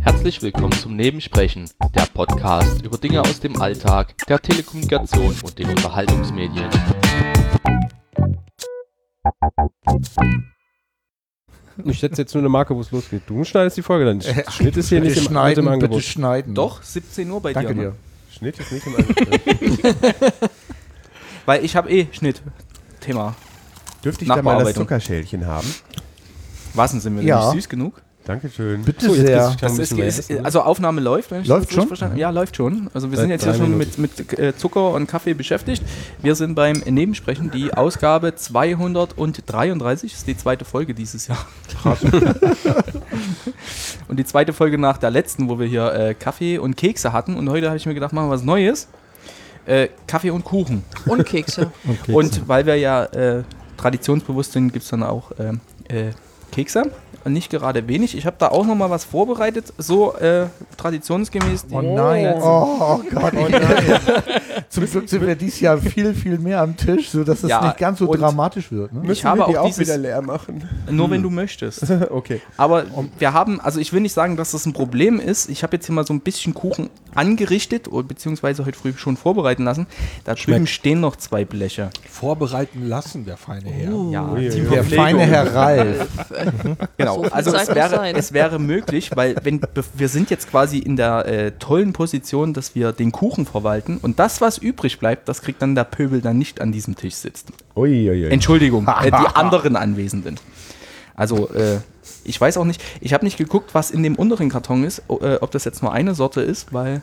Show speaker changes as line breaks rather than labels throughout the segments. Herzlich willkommen zum Nebensprechen, der Podcast über Dinge aus dem Alltag, der Telekommunikation und den Unterhaltungsmedien.
Ich setze jetzt nur eine Marke, wo es losgeht. Du schneidest die Folge dann. Sch- Schnitt ist hier
Bitte
nicht im, mit
schneiden,
im
bitte
Angebot.
schneiden.
Doch, 17 Uhr bei
Danke
dir.
dir.
Schnitt ist nicht im Angebot.
Ne? Weil ich habe eh Schnitt. Thema.
Dürfte
ich dann mal das Nachbearbeitung.
Zuckerschälchen haben?
Was denn sind wir denn
Ja.
nicht süß genug?
Dankeschön.
Bitte sehr.
Das ist, ist, also Aufnahme läuft, wenn ich
Läuft
das richtig
schon?
verstanden habe. Ja, läuft schon. Also wir
Seit
sind jetzt
drei
hier schon mit,
Minuten.
mit äh, Zucker und Kaffee beschäftigt. Wir sind beim Nebensprechen, die Ausgabe 233, ist die zweite Folge dieses Jahr. und die zweite Folge nach der letzten, wo wir hier äh, Kaffee und Kekse hatten. Und heute habe ich mir gedacht, machen wir was Neues. Äh, Kaffee und Kuchen.
Und Kekse.
Und weil wir ja äh, traditionsbewusst sind, gibt es dann auch ähm, äh, Kekse. Und nicht gerade wenig. Ich habe da auch nochmal was vorbereitet, so äh, traditionsgemäß. Die
Oh nein. Oh, Gott. Zum Glück sind wir dieses Jahr viel, viel mehr am Tisch, sodass es
Ja,
nicht ganz so
und-
dramatisch wird. Ne? Hm.
ich habe auch dieses-
leer machen.
Nur wenn du möchtest.
Okay.
Aber
Um-
wir haben, also ich will nicht sagen, dass das ein Problem ist. Ich habe jetzt hier mal so ein bisschen Kuchen angerichtet, oder beziehungsweise heute früh schon vorbereiten lassen. Da drüben stehen noch zwei Bleche.
Vorbereiten lassen, der feine Herr.
Oh,
Ja,
Ui,
die
ui, ui.
Der
Verpflegung.
feine Herr Ralf.
Genau,
viel
also
Zeit
es
muss
wäre,
sein.
es wäre möglich, weil wenn be- wir sind jetzt quasi in der äh, tollen Position, dass wir den Kuchen verwalten und das, was übrig bleibt, das kriegt dann der Pöbel, der nicht an diesem Tisch sitzt.
Uiuiui.
Entschuldigung, äh, die anderen Anwesenden. Also äh, ich weiß auch nicht, ich habe nicht geguckt, was in dem unteren Karton ist, o- äh, ob das jetzt nur eine Sorte ist, weil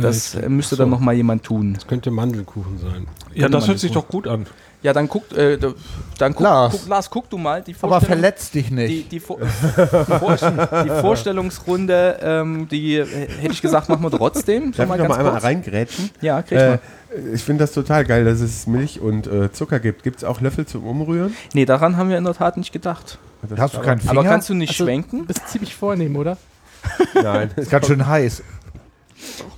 das äh, müsste dann noch mal jemand tun.
Das könnte Mandelkuchen sein.
Ja,
Ja,
das
das
Mandelkuchen.
hört sich doch gut an.
Ja, dann guckt, äh, d- dann guck,
Lars.
guck, Lars, guck du mal die
Aber
Vorstellung-
verletzt dich
die,
nicht.
die, Vor Vor die Vorstellungsrunde, ähm, die äh, hätte ich gesagt, machen wir trotzdem. Schon
Darf ich noch mal einmal
kurz.
reingrätschen?
Ja, krieg ich
Äh,
mal.
ich finde das total geil, dass es Milch und äh, Zucker gibt. Gibt es auch Löffel zum Umrühren?
Nee, daran haben wir in der Tat nicht gedacht.
Hast du keinen Finger?
Aber kannst du nicht
Also-
schwenken?
Bist ziemlich vornehm, oder?
Nein.
ist ganz schön heiß.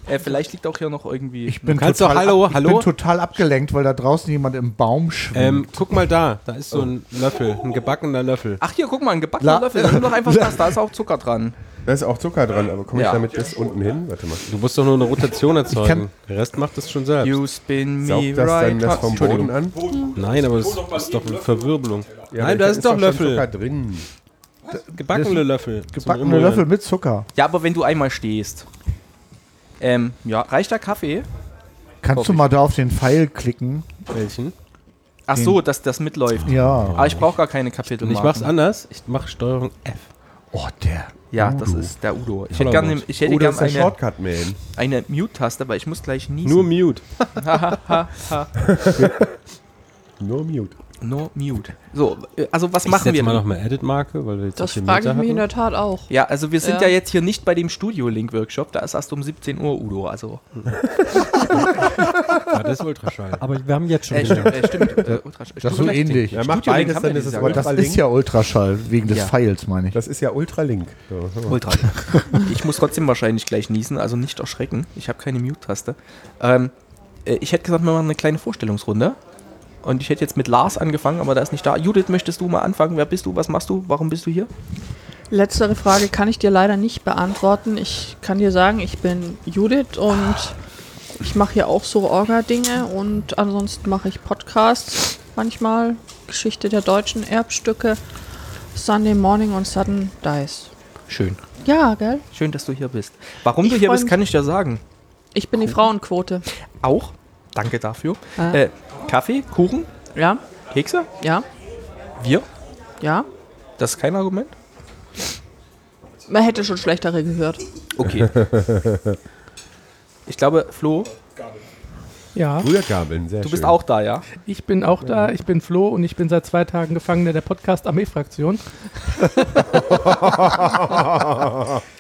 Äh, vielleicht liegt auch hier noch irgendwie.
Ich bin,
kannst du auch
total,
Hallo,
ab- ich
Hallo?
bin total abgelenkt, weil da draußen jemand im Baum schwimmt.
Ähm, guck mal da, da ist so
Oh.
ein Löffel, ein gebackener Löffel.
Ach, hier, guck mal, ein gebackener
La-
Löffel. Nimm doch einfach das, da ist auch Zucker dran.
Da ist auch Zucker dran, aber komme ich
Ja.
damit bis unten hin? Warte mal.
Du musst doch nur eine Rotation erzeugen. Der Rest macht das schon selbst.
You spin me
Saugt das dann
right.
das vom Boden
Entschuldigung.
an?
Nein, aber das ist doch eine Verwirbelung.
Ja,
Nein,
da
da ist doch
schon Zucker
Löffel.
drin.
Gebackene Löffel.
Backende Löffel mit Zucker.
Ja, aber wenn du einmal stehst. Ähm, ja, reicht der Kaffee?
Oh. Kannst du mal da auf den Pfeil klicken?
Welchen?
Ach so, dass das mitläuft.
Ja.
Aber ich brauche gar keine Kapitel.
Ich mach's anders. Ich mach Steuerung F.
Oh, der.
Ja, das ist der Udo. Ich hätte
Voller
gerne
Mut.
ich hätte gern
Oder ist der
eine,
Shortcut-Man?
eine Mute-Taste, aber ich muss gleich niesen.
Nur Mute.
Nur Mute.
No mute. So, äh, also was
Ich
machen
setz
wir?
mal
denn?
noch eine Edit-Marke, weil wir jetzt
Das
hier
frage ich
Meter
mich in der
hatten.
Tat auch.
Ja, also wir sind ja.
Ja.
jetzt hier nicht bei dem Studio-Link-Workshop, da ist erst um 17 Uhr Udo, also.
Ja, das ist Ultraschall.
Aber wir haben jetzt schon.
Äh, stimmt, äh, stimmt. Äh, Ultraschall.
Das ist so ähnlich.
Er macht
Studio Link
beides,
haben
dann
wir
ist es
nicht,
Aber das ist ja Ultraschall, wegen des
Ja.
Pfeils, meine ich.
Das ist ja Ultralink. So, so.
Ultra. Ich muss trotzdem wahrscheinlich gleich niesen, also nicht erschrecken. Ich habe keine Mute-Taste. Ähm, äh, ich hätte gesagt, wir machen eine kleine Vorstellungsrunde. Und ich hätte jetzt mit Lars angefangen, aber der ist nicht da. Judith, möchtest du mal anfangen? Wer bist du? Was machst du? Warum bist du hier?
Letztere Frage kann ich dir leider nicht beantworten. Ich kann dir sagen, ich bin Judith und ich mache hier auch so Orga-Dinge und ansonsten mache ich Podcasts manchmal. Geschichte der deutschen Erbstücke, Sunday Morning und Sudden Dice.
Schön.
Ja, gell?
Schön, dass du hier bist. Warum
Ich
du hier
freu
bist,
mich-
kann ich dir sagen.
Ich bin die Frauenquote.
Auch. Danke dafür.
Ah.
Äh, Kaffee, Kuchen,
Ja,
Kekse,
ja,
wir.
ja.
Das ist kein Argument.
Man hätte schon schlechtere gehört.
Okay. ich glaube, Flo,
Ja,
Rührgabeln, sehr
du
schön.
bist auch da, ja?
ich bin auch da. Ich bin Flo und ich bin seit zwei Tagen Gefangener der Podcast-Armee-Fraktion.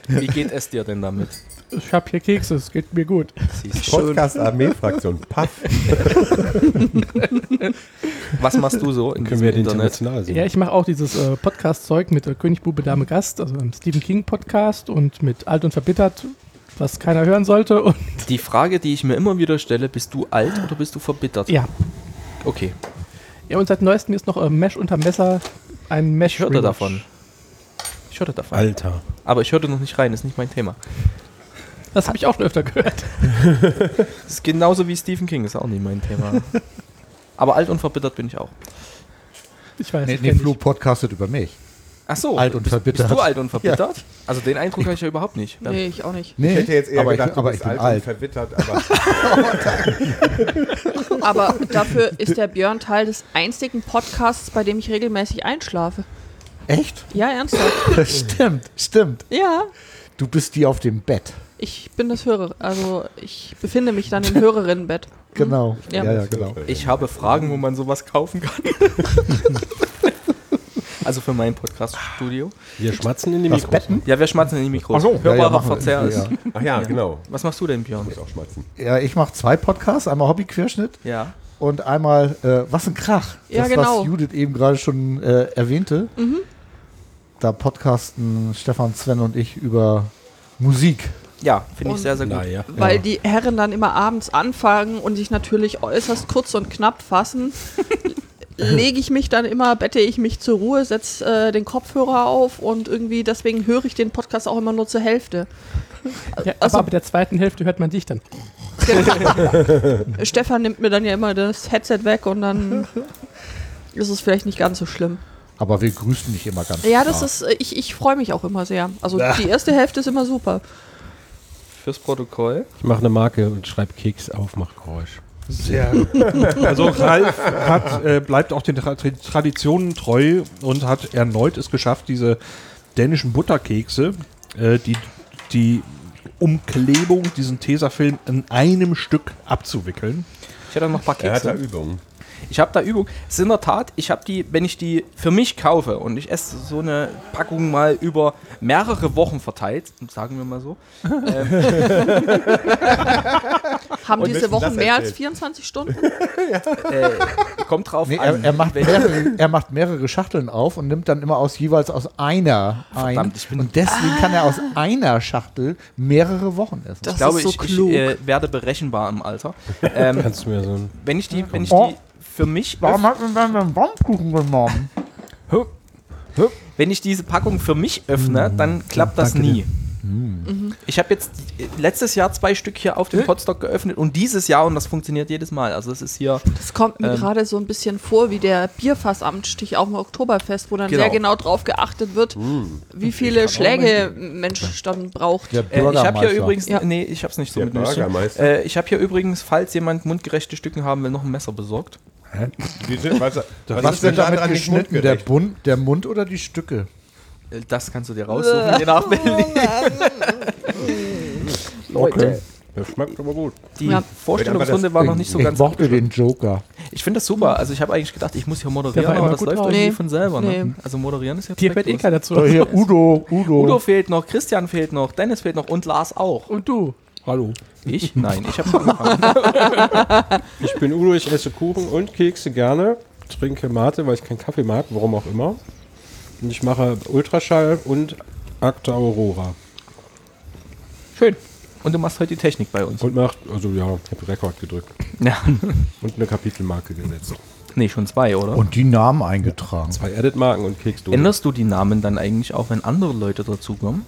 Wie geht es dir denn damit?
Ich habe hier Kekse, es geht mir gut.
Podcast-Armee-Fraktion. Paff.
Was machst du so
Können
in diesem
wir den
Internet?
international sehen?
Ja, ich mache auch dieses äh, Podcast-Zeug mit äh, König, Bube, Dame, Gast, also im Stephen King-Podcast und mit Alt und Verbittert, was keiner hören sollte. Und
Die Frage, die ich mir immer wieder stelle, bist du alt oder bist du verbittert?
ja.
Okay.
ja, und seit neuestem ist noch äh, Mesh unter Messer ein Mesh
Ich hörte
Rewatch.
davon. Ich hörte davon.
Alter.
Aber ich hörte noch nicht rein, ist nicht mein Thema.
Das habe ich auch schon öfter gehört.
Das ist genauso wie Stephen King, ist auch nicht mein Thema. Aber alt und verbittert bin ich auch.
Ich weiß
Nee,
ich
nee,
kenn
Flo
dich.
podcastet über mich.
Ach so.
Alt und
bist,
verbittert.
Bist du alt und verbittert? Also den Eindruck habe ich ja überhaupt nicht.
Nee, ich auch nicht.
Nee,
Ich hätte jetzt eher
aber
gedacht,
ich, aber
du
ich bin
bist alt, und
alt.
verwittert, aber
Aber dafür ist der Björn Teil des einzigen Podcasts, bei dem ich regelmäßig einschlafe.
Echt?
Ja, ernsthaft.
stimmt, stimmt.
Ja,
Du bist die auf dem Bett.
ich bin das Hörer. Also ich befinde mich dann im Hörerinnenbett. Mhm.
Genau.
Ja.
genau.
Ich habe Fragen, wo man sowas kaufen kann. also für mein Podcast-Studio.
Wir schmatzen in die
Was
Mikros.
Betten?
Ja, wir schmatzen in die Mikros.
ne? Ach so. Ja,
Hörbarer
ja, machen wir.
Verzehr ist.
Ja.
ach ja, genau.
Was machst du denn, Björn?
Muss auch schmatzen.
Ja, ich mache zwei Podcasts, einmal Hobbyquerschnitt
Ja.
und einmal äh, Was ein Krach.
Ja,
das,
genau. Mhm.
was Judith eben gerade schon äh, erwähnte. Da podcasten Stefan, Sven und ich über Musik.
Ja, finde ich
Und-
sehr, sehr gut.
Naja.
Weil
Ja.
die Herren dann immer abends anfangen und sich natürlich äußerst kurz und knapp fassen, lege ich mich dann immer, bette ich mich zur Ruhe, setze äh, den Kopfhörer auf und irgendwie deswegen höre ich den Podcast auch immer nur zur Hälfte.
Ja,
Also-
aber ab der zweiten Hälfte hört man dich dann.
Stefan nimmt mir dann ja immer das Headset weg und dann ist es vielleicht nicht ganz so schlimm.
Aber wir grüßen dich immer ganz
Ja, das
brav.
ist, äh, ich, ich freue mich auch immer sehr. Also die erste Hälfte ist immer super.
Fürs Protokoll.
Ich mache eine Marke und schreibe Keks auf, mach Geräusch.
sehr
Also Ralf hat, äh, bleibt auch den Tra Tra- Traditionen treu und hat erneut es geschafft, diese dänischen Butterkekse, äh, die, die Umklebung, diesen Tesafilm in einem Stück abzuwickeln.
Ich hätte noch ein paar
Er hat da
Kekse.
Übungen.
Ich habe da Übung. Es ist in der Tat, ich habe die, wenn ich die für mich kaufe und ich esse so eine Packung mal über mehrere Wochen verteilt, sagen wir mal so,
Haben
müssen
diese
das
Wochen mehr als
erzählen.
24 Stunden?
äh, kommt drauf
Nee, er,
an.
er, macht
welche-
mehrere, er macht mehrere Schachteln auf und nimmt dann immer aus jeweils aus einer ein.
Verdammt, ich bin-
und deswegen kann er aus einer Schachtel mehrere Wochen essen.
Ah. Das
ich glaube,
ist so
ich,
klug.
ich äh, werde berechenbar im Alter. Ähm,
Kannst du mir so ein.
wenn ich die, wenn ich
Oh.
die für mich, öff-
hat man dann einen Baumkuchen genommen?
wenn ich diese Packung für mich öffne, dann klappt das
danke
nie.
Mhm.
Ich habe jetzt äh, letztes Jahr zwei Stück hier auf dem Podstock geöffnet und dieses Jahr und das funktioniert jedes Mal. Also es ist hier
Das kommt mir
Ähm.
gerade so ein bisschen vor wie der Bierfassamtstich auch im Oktoberfest, wo dann
Genau. Uh.
sehr genau drauf geachtet wird, wie viele Schläge ein Mensch dann braucht.
Der
Äh, ich
Bürgermeister.
habe hier übrigens,
Ja.
nee, ich hab's nicht so
Der
mit Nüsschen.
Bürgermeister.
Äh, ich habe hier übrigens, falls jemand mundgerechte Stücken haben will, noch ein Messer besorgt.
Bitte, was, was,
was wird damit
daran nicht
geschnitten? Der,
mundgerecht?
Bund, der Mund oder die Stücke?
Äh, Das kannst du dir raussuchen, je nach Berlin. Leute,
Das schmeckt aber gut.
die
Ja.
Heute haben wir
Vorstellungsrunde war noch nicht so ganz.
ich mochte den Joker.
Ich finde das super. Also ich habe eigentlich gedacht, ich muss hier moderieren,
Der war
aber
immer
das
gut
läuft
drauf.
irgendwie
Nee.
von selber. Ne?
Nee.
Also moderieren ist ja
Dir fällt eh
perfekt.
keiner zu.
Oh,
So, hier, Udo, Udo.
Udo fehlt noch, Christian fehlt noch, Dennis fehlt noch und Lars auch.
Und du?
Hallo.
Ich? Nein, ich habe angefangen.
Ich bin Udo, ich esse Kuchen und Kekse gerne. Trinke Mate, weil ich keinen Kaffee mag, warum auch immer. Und ich mache Ultraschall und Akta Aurora.
Schön. Und du machst heute die Technik bei uns.
Und macht, also ja, ich habe Rekord gedrückt.
Ja.
Und eine Kapitelmarke gesetzt.
Nee, schon zwei, oder?
Und die Namen eingetragen.
Zwei Edit-Marken und Keksdosen.
Änderst du die Namen dann eigentlich auch, wenn andere Leute dazukommen?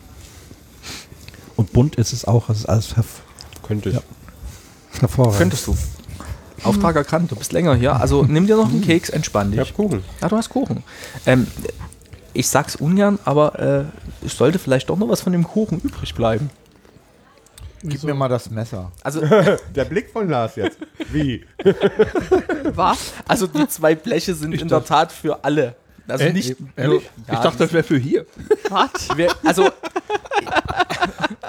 Und bunt ist es auch, es ist alles herv
Könnte ich.
Ja. hervorragend.
Könntest du. Auftrag erkannt, du bist länger hier. Also nimm dir noch
Hm.
einen Keks, entspann
Ich
dich.
habe Kuchen.
Ja, du hast Kuchen. Ähm, ich sag's ungern, aber äh, es sollte vielleicht doch noch was von dem Kuchen übrig bleiben.
Gib mir mal das Messer.
Also,
Der Blick von Lars jetzt. Wie?
Was?
also die zwei Bleche sind in der Tat für alle. Also nicht nur,
Ehrlich?
ja,
ich dachte, das wäre für hier.
Was?
wir, also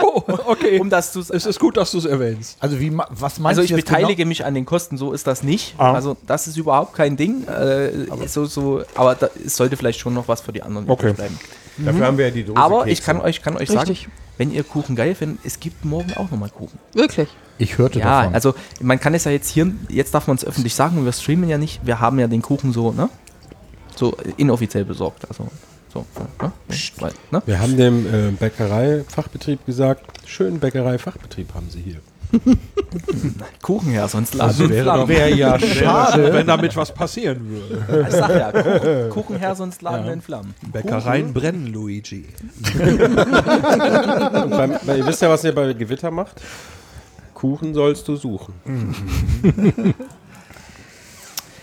Oh, okay.
um das zu sagen.
es ist gut, dass du es erwähnst.
Also, wie, ma- was meinst
Also
du
ich
jetzt genau?
beteilige mich an den Kosten, so ist das nicht.
Ah.
Also das ist überhaupt kein Ding. Äh, aber so, so, aber da, es sollte vielleicht schon noch was für die anderen
Okay.
übrig bleiben. Mhm.
Dafür haben wir ja die Dose.
Aber ich
Kekse.
kann euch, kann euch sagen,
Richtig.
wenn ihr Kuchen geil findet, es gibt morgen auch nochmal Kuchen.
Wirklich?
Genau? Ich hörte
Ja,
davon.
also man kann es ja jetzt hier, jetzt darf man es öffentlich sagen, wir streamen ja nicht, wir haben ja den Kuchen so, ne? So äh, inoffiziell besorgt. Also so, ne? Weil, ne?
Wir haben dem äh, Bäckerei-Fachbetrieb gesagt, schönen Bäckerei-Fachbetrieb haben sie hier.
Kuchen her, sonst
Also
Laden.
wäre doch
Wäre ja
schön,
schade.
wenn damit was passieren würde.
Ich sag ja, Kuchen, Kuchen her, sonst Laden in Flammen.
Bäckereien brennen, Luigi.
Und beim, weil ihr wisst ja, was ihr bei Gewitter macht. Kuchen sollst du suchen.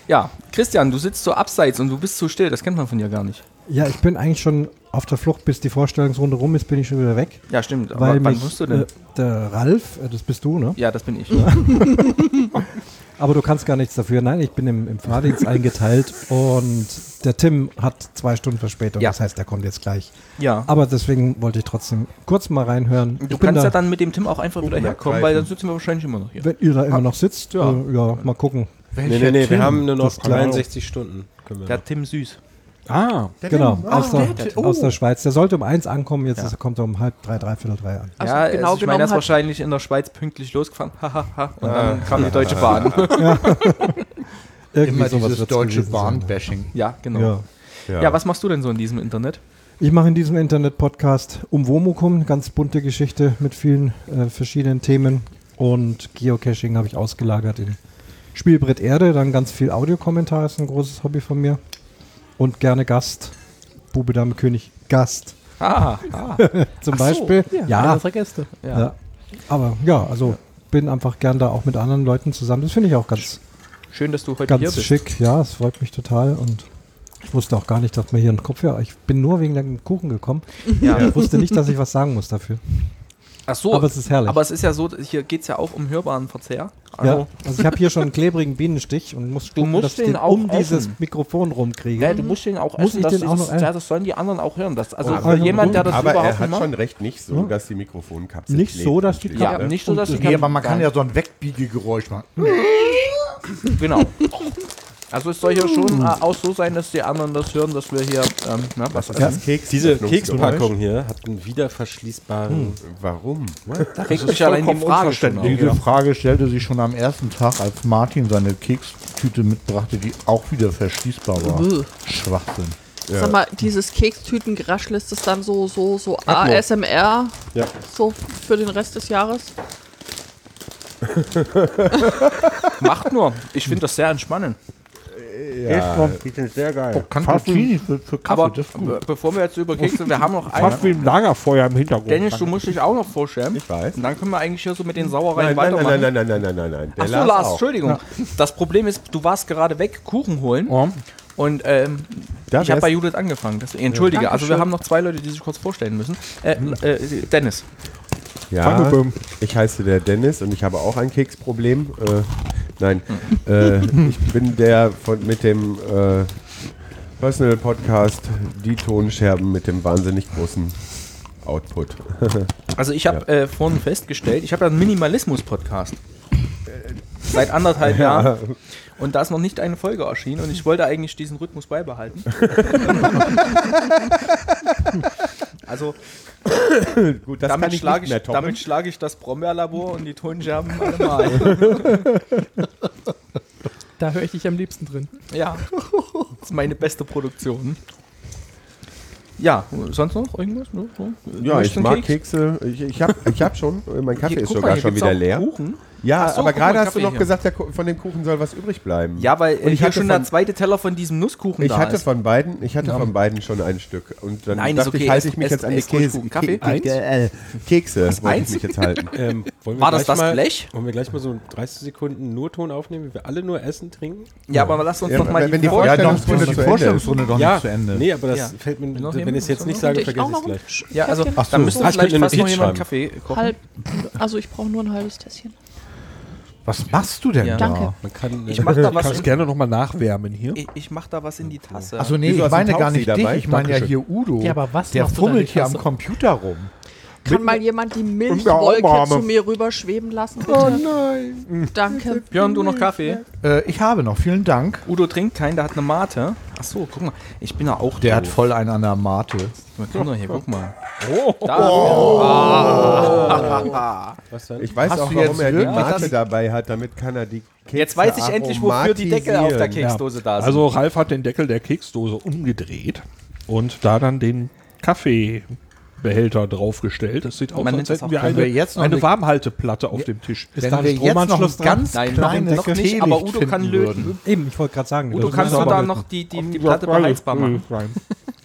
Ja, Christian, du sitzt so abseits und du bist so still, das kennt man von dir gar nicht.
Ja, ich bin eigentlich schon auf der Flucht, bis die Vorstellungsrunde rum ist, bin ich schon wieder weg.
Ja, stimmt.
weil
wann
mich,
musst du denn?
Äh, der Ralf, äh, das bist du, ne?
ja, das bin ich.
Aber du kannst gar nichts dafür. Nein, ich bin im, im Fahrdienst eingeteilt und der Tim hat zwei Stunden Verspätung.
Ja.
Das heißt, der kommt jetzt gleich.
Ja.
Aber deswegen wollte ich trotzdem kurz mal reinhören.
Du
ich bin
kannst
da,
ja dann mit dem Tim auch einfach wieder herkommen,
ergreifen.
weil dann sitzen wir wahrscheinlich immer noch hier.
wenn ihr da
Ah.
immer noch sitzt, ja, äh, ja mal gucken.
Nee, nee, nee, wir haben nur noch
Das klar.
63 Stunden. Können wir
Der Tim süß.
ah,
genau, aus, der,
der-
aus der Schweiz. Der sollte um eins ankommen, jetzt ist, kommt er um halb drei, dreiviertel drei an.
Also
ja,
genau
also ich meine,
genommen
er ist
hat-
wahrscheinlich in der Schweiz pünktlich losgefahren. Hahaha. und dann kam die Deutsche Bahn.
Ah. Irgendwie
Immer
sowas
dieses
wird's
deutsche
gewesen sein.
Bahn-Bashing.
ja, genau. Ja.
Ja.
was machst du denn so in diesem Internet?
Ich mache in diesem Internet-Podcast um Womukum, ganz bunte Geschichte mit vielen äh, verschiedenen Themen. Und Geocaching habe ich ausgelagert in Spielbrett Erde, dann ganz viel Audiokommentar, ist ein großes Hobby von mir. Und gerne Gast, Bube, Dame, König, Gast
Ah, ah
zum Beispiel.
Ja,
ja,
unsere Gäste.
ja.
ja. aber ja, also bin einfach gern da auch mit anderen Leuten zusammen. Das finde ich auch ganz,
Schön, dass du heute hier
ganz
bist.
schick. Ja, es freut mich total und ich wusste auch gar nicht, dass mir hier ein Kopf Ich bin nur wegen dem Kuchen gekommen.
Ja.
Ich wusste nicht, dass ich was sagen muss dafür.
Ach so,
Aber es ist herrlich.
aber es ist ja so, hier geht es ja auch um hörbaren Verzehr.
ja, also ich habe hier schon einen klebrigen Bienenstich und muss gucken,
musst
dass ich
den
den
auch
um dieses
essen.
Mikrofon rumkriege.
Ja, du musst den auch
Muss
essen,
ich
dass
den
die
auch
das,
noch-
ja, das sollen die anderen auch hören. Das, also
Ah,
für
also
jemand, der
gut.
das
Aber
überhaupt
er
nicht
hat
macht.
schon recht, nicht so,
Ja.
dass die Mikrofonkapsel
Hm? Nicht so, dass die
klebt.
Ja,
Klappe.
nicht so, dass
Nee, aber man kann ja so ein Wegbiegegeräusch machen. Hm,
Genau. Also es soll hier schon äh, auch so sein, dass die anderen das hören, dass wir hier ähm, na, was
Ja.
essen.
Keks
diese Kekspackung hier hat einen
Hm.
wiederverschließbaren.
Warum?
Da regt sich allein die
vollkommen
Frage schon auf.
unverständlich.
Diese Frage stellte sich schon am ersten Tag, als Martin seine Kekstüte mitbrachte, die auch wieder verschließbar war.
Buh.
Schwachsinn.
Sag mal, dieses Kekstütengeraschel ist das dann so, so, so
Atmo.
ASMR,
Ja.
so für den Rest des Jahres?
Macht nur. Ich finde das sehr entspannend.
Äh, Ja, die sind sehr geil.
Fantini für, für Kaffee,
Aber
das ist gut.
be- bevor wir jetzt über Kekse, wir haben noch einen.
Fast wie ein Lagerfeuer im Hintergrund.
Dennis, du musst dich auch noch vorstellen.
Ich weiß.
Und dann können wir eigentlich hier so mit den Sauereien
Nein, nein,
weitermachen.
nein, nein, nein, nein, nein, nein, nein. Der
Ach so, Lars,
auch.
Entschuldigung. Das Problem ist, du warst gerade weg, Kuchen holen.
Ja.
Und ähm,
Da
ich habe
wär's-
bei Judith angefangen. Das, entschuldige, also wir haben noch zwei Leute, die sich kurz vorstellen müssen. Äh, äh, Dennis,
Ja, ich heiße der Dennis und ich habe auch ein Keksproblem. Äh, nein, äh, ich bin der von, mit dem äh, Personal Podcast Die Tonscherben mit dem wahnsinnig großen Output.
also ich habe äh, vorhin festgestellt, ich habe ja einen Minimalismus-Podcast. Äh, Seit anderthalb Jahren. Und da ist noch nicht eine Folge erschienen und ich wollte eigentlich diesen Rhythmus beibehalten. also
Gut,
damit schlage ich, damit schlage ich das Brombeerlabor und die Tonscherben allemal.
Da höre ich dich am liebsten drin.
ja, das ist meine beste Produktion. Ja, sonst noch irgendwas? Ne? So?
ja,
Möchtest
ich
du einen
mag
Keks?
Kekse. Ich, ich habe ich hab schon. Mein Kaffee
Hier,
ist
guck
sogar
mal, hier
schon
gibt's
wieder
auch
leer.
Kuchen.
Ja,
Ach so,
aber
guck mal,
gerade hast du
Kaffee
noch
hier.
gesagt, der Ku- von dem Kuchen soll was übrig bleiben.
Ja, weil
Und
ich
ich
hier
hatte
schon der
von-
zweite Teller von diesem Nusskuchen
Ich
da
hatte
ist.
von beiden, ich hatte von beiden schon ein Stück und dann
Nein, ist
dachte
okay.
ich, halte
Esst-
ich mich jetzt an die
esst- esst ruhig
Käse,
guten Kaffee.
Ke- äh, Kekse wollte
eins?
ich mich jetzt halten.
Ähm, wollen wir
War das
gleich
das
mal,
Blech?
Wollen wir gleich mal so 30 Sekunden nur Ton aufnehmen, wie wir alle nur essen, trinken?
Ja, aber lass uns
Ja,
noch mal
wenn
die
die
Vor-
Vorstellung-
doch,
Vorstellungsrunde
die
zu Ende.
Vorstellungsrunde doch nicht zu Ende.
Nee, aber das
Ja.
fällt mir,
Noch
wenn
jemand?
ich es jetzt nicht
Und
sage,
ich auch
vergesse ich
noch
es gleich.
Ja, also
Ich hab
da
hier
dann müsste
Ich hab
vielleicht
eine
fast noch
Notiz
jemand einen
schreiben.
Kaffee kochen.
Halt.
halb, also ich brauche nur ein halbes Tässchen.
Was machst du denn
Ja.
da?
Danke.
Man kann,
Ich mach da
Du
was
kannst
in,
gerne nochmal nachwärmen hier.
ich, ich mach da was in die Tasse.
Achso, nee,
Wieso
ich
hast du
meine
einen
gar
Tauchsee
nicht
dabei?
dich, ich meine ja hier Udo.
Ja, aber was
der
machst du da
fummelt
nicht?
hier
Hast
am
du-
Computer rum.
Kann mal jemand die
Augenbraue.
Milchwolke zu mir rüberschweben lassen,
Oh
bitte?
nein.
Danke.
Björn, du noch Kaffee?
Äh, ich habe noch, vielen Dank.
Udo trinkt keinen, der hat eine Mate. Achso, guck mal, ich bin ja auch
Der hat
doof.
voll einen an der Mate.
Man kann doch hier, guck mal.
was denn?
Oh. Ich weiß
Hast
auch,
du
warum
jetzt
er die
wirklich
Mate
das-
dabei hat, damit kann er die Kekse
Jetzt weiß ich endlich, wofür die Deckel auf der
aromatisieren.
Keksdose da sind.
Also Ralf hat den Deckel der Keksdose umgedreht und da dann den Kaffee Behälter draufgestellt. Das sieht aus,
Man
als
nennt das
hätten
auch-
wir
wenn
eine,
wir jetzt noch
eine
eine-
Warmhalteplatte auf dem Tisch.
Ist
Wenn
da ein
wir jetzt noch
Stromanschluss
ein
dran?
ganz
Nein, noch-
kleines
noch nicht,
Teelicht
aber Udo
finden
kann
würden.
löten.
Eben, ich wollte gerade sagen.
Udo,
das
kannst
muss
du
aber-
da noch die, die, die Platte beheizbar machen?
Kannst,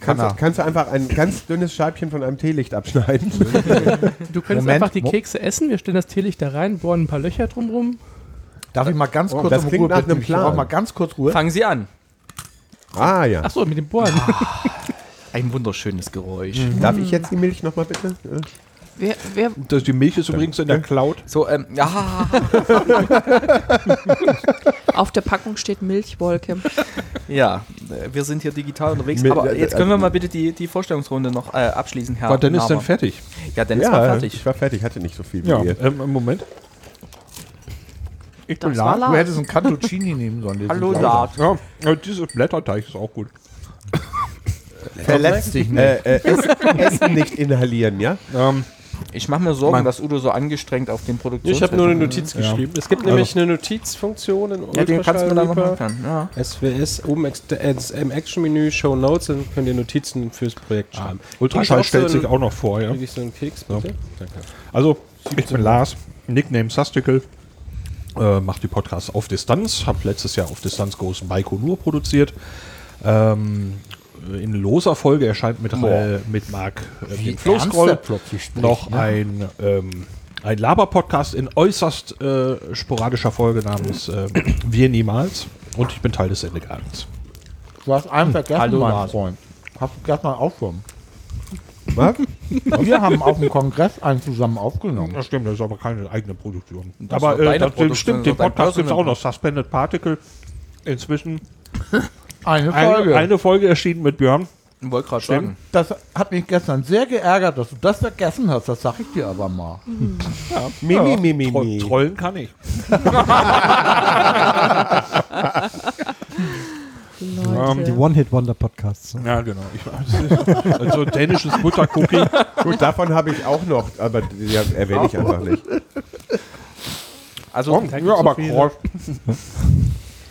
Kann er.
du- kannst du einfach ein ganz dünnes Scheibchen von einem Teelicht abschneiden?
Du könntest
Moment,
einfach die
Mo-
Kekse essen, wir stellen das Teelicht da rein, bohren ein paar Löcher drumrum.
Darf ich mal ganz
Oh,
kurz
das
um
klingt
Ruhe
nach
bitten?
einem
Ich brauche
Plan.
mal ganz kurz Ruhe.
Fangen Sie an.
ah ja.
Achso, mit dem Bohren.
Ein wunderschönes Geräusch.
Darf ich jetzt die Milch nochmal bitte? Äh,
Wer, wer,
Das, die Milch ist übrigens in der Cloud.
So, ähm, ja,
auf der Packung steht Milchwolke.
ja, äh, wir sind hier digital unterwegs.
Mit-
aber jetzt
äh,
also
können wir
äh,
mal bitte die, die Vorstellungsrunde noch äh, abschließen, Herr.
War Dennis denn
Naber.
fertig?
Ja, Dennis war fertig.
ich war fertig, hatte nicht so viel wie
Ja,
ihr.
ähm, Moment.
Ich
bin Das war Lars. Lars.
Du hättest einen Cantuccini nehmen sollen. diesen
Hallo,
Lars.
Lars.
Ja, äh, dieses Blätterteig ist auch gut.
Verletz dich nicht.
Äh, äh, essen, essen nicht inhalieren, ja?
Ähm,
Ich mache mir Sorgen,
Mann.
dass Udo so angestrengt auf den Produktions...
Ich habe nur eine Notiz geschrieben. Es gibt nämlich eine Notizfunktion in
Ja, den kannst du mir dann noch
Ultraschall-Reaper.
machen. Ja.
SWS oben ex- äh, ins- im Action-Menü Show Notes, dann könnt ihr Notizen fürs Projekt schreiben.
Ultraschall
Krieg ich
stellt
so
sich
einen-
auch noch vor, ja.
Krieg ich so einen Keks, bitte? Danke.
Also, ich bin Lars, Nickname Sastikel, äh, mache die Podcasts auf Distanz, habe letztes Jahr auf Distanz großen Baikonur produziert. Ähm, in loser Folge erscheint mit, äh, mit Marc äh, dem Floßgroll noch ein, ähm, ein Laber-Podcast in äußerst äh, sporadischer Folge namens äh, Wir Niemals und ich bin Teil des Sendegartens.
Du hast einen vergessen,
Hallo,
mein
Lars.
Freund. Hast du gleich mal aufgenommen.
Was?
Wir haben auf dem Kongress einen zusammen aufgenommen.
Das stimmt, das ist aber keine eigene Produktion.
Das
aber
ist doch
äh,
deine
das
Produktion,
stimmt,
das
den
ist doch dein
Podcast gibt es auch
Personal.
noch, Suspended Particle. Inzwischen
Eine
eine,
Folge.
eine Folge erschienen mit Björn.
Wollte gerade sagen.
Das hat mich gestern sehr geärgert, dass du das vergessen hast. Das sag ich dir aber mal.
Mimi, mimi,
Mhm. Tro
mimi.
Trollen kann ich.
Die
Leute.
One-Hit-Wonder-Podcasts. ne?
Ja, genau. also dänisches Buttercookie.
Gut, davon habe ich auch noch, aber die erwähne ich einfach nicht.
Also,
ja, aber Kroll.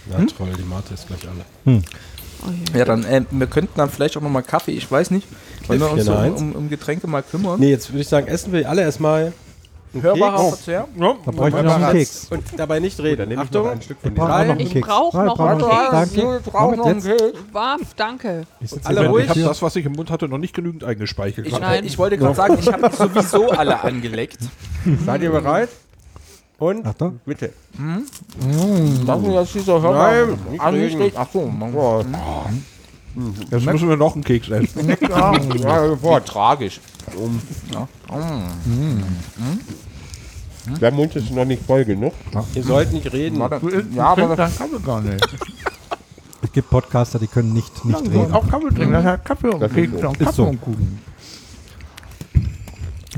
Na toll, die Mate ist gleich alle.
Oh je.
ja, dann, äh, wir könnten dann vielleicht auch nochmal Kaffee, ich weiß nicht, wenn wir uns so um,
491.
um, um Getränke mal kümmern.
Nee, jetzt würde ich sagen, essen wir alle erstmal einen
Hörbarer
Keks
Verzehr.
Ja,
Da brauche ich noch einen Keks.
und dabei nicht
Dann
reden.
nehme ich noch
Achtung,
ein Stück von
Brauchen wir
dem.
noch einen
Ich
Keks.
brauch
Ja,
noch
brauchen wir
einen
noch einen
Keks.
Danke.
Wir brauchen noch einen
Moment, jetzt.
Keks.
Waff, danke.
Ich sitze
Alle
hier bei
ruhig.
Ich habe
dir.
das, was ich im Mund hatte, noch nicht genügend eingespeichert.
Ich,
Nein.
ich wollte gerade sagen, ich habe sowieso alle angeleckt.
seid ihr bereit? Und
Achtung.
bitte.
Hm? Lass uns das dieser
Hörer Nein, nicht
Also
ansteht. reden.
Achso,
Jetzt müssen wir noch einen Keks essen.
boah, tragisch.
Hm.
Hm.
Der Mund ist noch nicht voll genug.
Ihr sollt nicht reden.
Ja, aber
das Kaffee gar nicht.
Es gibt Podcaster, die können nicht, nicht reden.
Auch Kaffee
Mhm.
trinken, das hat Kaffee und
Das ist
Keks
so.
und Kaffee
so.
und Kuchen.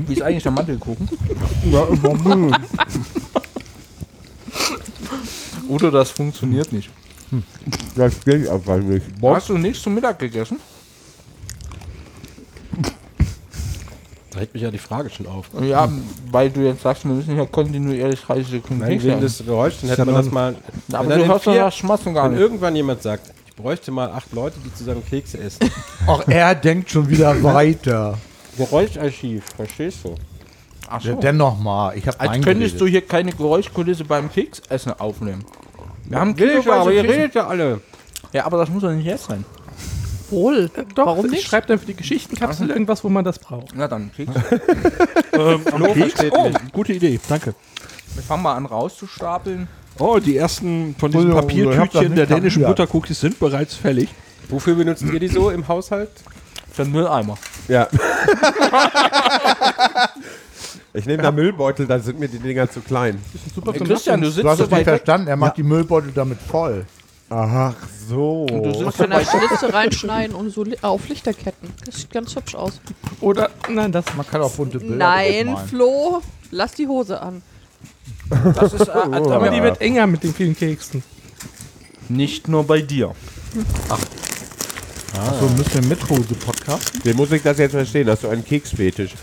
wie ist eigentlich der Mandelkuchen? Oder das funktioniert nicht.
Das geht einfach nicht.
Hast du nichts zum Mittag gegessen?
Da regt mich ja die Frage schon auf. Hm.
Ja, weil du jetzt sagst, wir müssen ja kontinuierlich 30 Sekunden
Nein, wegen des Geräuschs, dann hätte man das mal.
Aber
wenn dann
du hörst
in
doch
vier-
das Schmatzen gar
Wenn
nicht.
irgendwann jemand sagt, ich bräuchte mal acht Leute, die zusammen Kekse essen.
Auch er denkt schon wieder weiter.
Geräuscharchiv, verstehst du?
Ach so.
Dennoch mal, ich habe
Als könntest du hier keine Geräuschkulisse beim Keksessen aufnehmen. Wir haben
Will ich ja, aber ihr
Kekse-
redet ja alle.
Ja, aber das muss doch nicht jetzt sein.
Wohl.
Doch,
Warum
ich
nicht?
schreibe dann für die Geschichtenkapsel irgendwas, wo man das braucht.
Na dann, Keks.
Flo
versteht
Ähm, Oh,
nicht.
gute Idee, danke.
Wir fangen mal an rauszustapeln.
Oh, die ersten von diesen
Oh, ja, ich hab das
Papiertütchen
nicht
der dänischen
kapiert.
Buttercookies sind bereits fällig.
Wofür benutzt ihr die so im Haushalt?
Für den Mülleimer.
Ja. Ich nehme da Müllbeutel, dann sind mir die Dinger zu klein.
Super
Ey, Christian, du
Du
sitzt
hast
so
es nicht
weit weg.
verstanden, er macht die Müllbeutel damit voll.
Ach so.
Du sitzt so
Kann er
weit
Schlitze reinschneiden und so li auf Lichterketten. Das sieht ganz hübsch aus.
Oder, nein, das
Man kann auch bunte Bilder
Nein,
drauf malen.
Flo, lass die Hose an.
Das ist äh,
Oh,
aber
Aber die wird enger mit den vielen Keksen.
nicht nur bei dir.
Achso, müssen wir mit Hose Podcast?
Den muss ich das jetzt verstehen. Hast du einen Keksfetisch?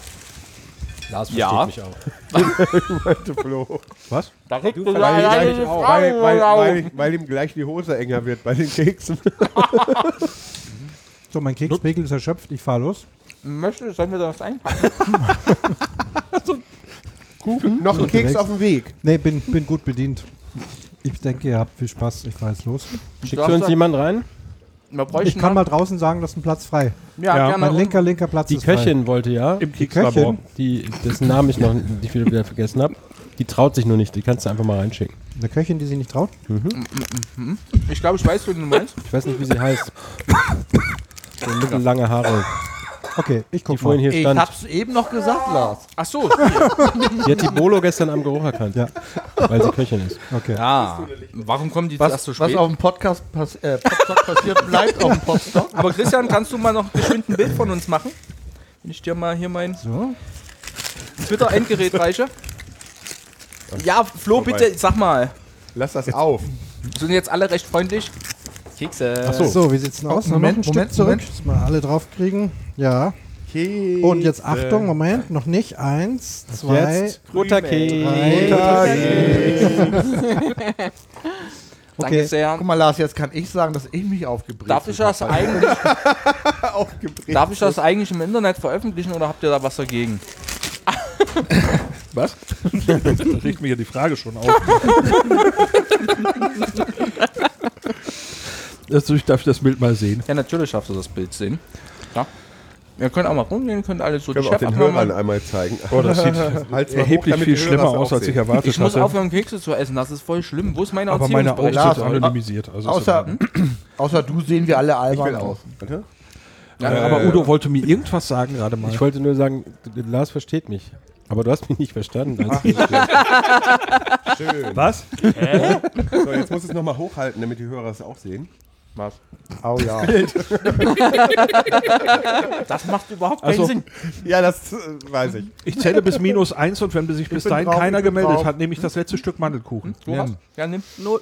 Lars versteht
Ja.
mich auch.
Flo.
Da kriegst du
Weil, weil,
alleine die
weil,
Fragen
weil,
auf.
weil, weil ihm gleich die Hose enger wird bei den Keksen.
So, mein Kekswegel ist erschöpft. Ich fahre los.
möchtest, sollen wir da was einpacken?
Noch ein Keks
unterwegs.
auf dem Weg.
Nee, bin, bin gut bedient. Ich denke, ihr habt viel Spaß. Ich weiß los.
Schickst du uns jemand rein?
Wir bräuchten
Ich kann mal
noch-
draußen sagen, dass ein Platz frei.
ja,
ja,
gerne.
Mein
und-
linker, linker Platz
Die
ist frei.
Köchin wollte ja, im Kekslabor, die, dessen Namen ich noch die viele wieder vergessen habe, die traut sich nur nicht, die kannst du einfach mal reinschicken.
Eine Köchin, die sie nicht traut?
mm. Hm? Ich glaube, ich weiß, wen du meinst.
Ich weiß nicht, wie sie heißt. So mittellange Haare,
Okay, ich
die
guck
vorhin
mal.
hier
Ich
stand.
hab's eben noch gesagt, Lars.
Ach so, hier.
Die hat die Bolo gestern am Geruch erkannt,
Ja.
weil sie Köchin ist.
Okay.
ja. Warum kommen die
Was,
erst so
was
spät?
auf dem Podcast pass äh, Podstock passiert, bleibt auf dem Podstock.
Aber Christian, kannst du mal noch geschwind ein Bild von uns machen? Wenn ich dir mal hier mein
So.
Twitter-Endgerät reiche. Ja, Flo,
Vorbei.
bitte, sag mal.
Lass das auf.
Sind jetzt alle recht freundlich? Kekse.
So, so wie sieht's denn aus?
Moment,
Noch ein Stück
Moment,
zurück,
Moment.
dass wir alle draufkriegen. Ja.
Keks.
Und jetzt Achtung, Moment, noch nicht. Eins, zwei,
Jetzt.
Guter
drei.
Danke
okay.
sehr.
Guck mal, Lars, jetzt kann ich sagen, dass ich mich aufgebrezelt
Darf ich das eigentlich,
Aufgebrezelt.
darf ich das eigentlich im Internet veröffentlichen oder habt ihr da was dagegen?
Da regt mir ja die Frage schon auf. Also ich darf das Bild mal sehen.
Ja, natürlich schaffst du das Bild sehen. Ja. Ihr könnt auch mal rumgehen, könnt alle so die
Können wir auch den
Chefabnahme-
Hörern einmal zeigen.
Oh, das sieht
Halt's mal hoch,
erheblich
damit
viel
die Hörer
schlimmer
es
aus,
auch
als ich
sehen.
erwartet
Ich muss
hatte.
aufhören, Kekse zu essen, das ist voll schlimm. Wo ist meine
aber meine Augen
Erziehungsberechtigung?
sind
Lars, aber-
anonymisiert. Also es ist
Außer, außer du sehen wir alle
Ich will
albern
auch.
aus.
Warte.
ja,
Äh,
aber Udo wollte mir irgendwas sagen gerade mal.
Ich wollte nur sagen, Lars versteht mich. Aber du hast mich nicht verstanden. Als ich
Schön.
was?
So, jetzt muss es nochmal hochhalten, damit die Hörer es auch sehen.
Oh ja.
Das macht überhaupt keinen
Also
Sinn.
Ja, das äh, weiß ich.
ich zähle bis minus eins und wenn sich bis
bin
dahin
drauf,
keiner
ich bin
gemeldet
drauf.
hat, nehme ich das letzte Stück Mandelkuchen.
Du hast, ja, nimm.
Not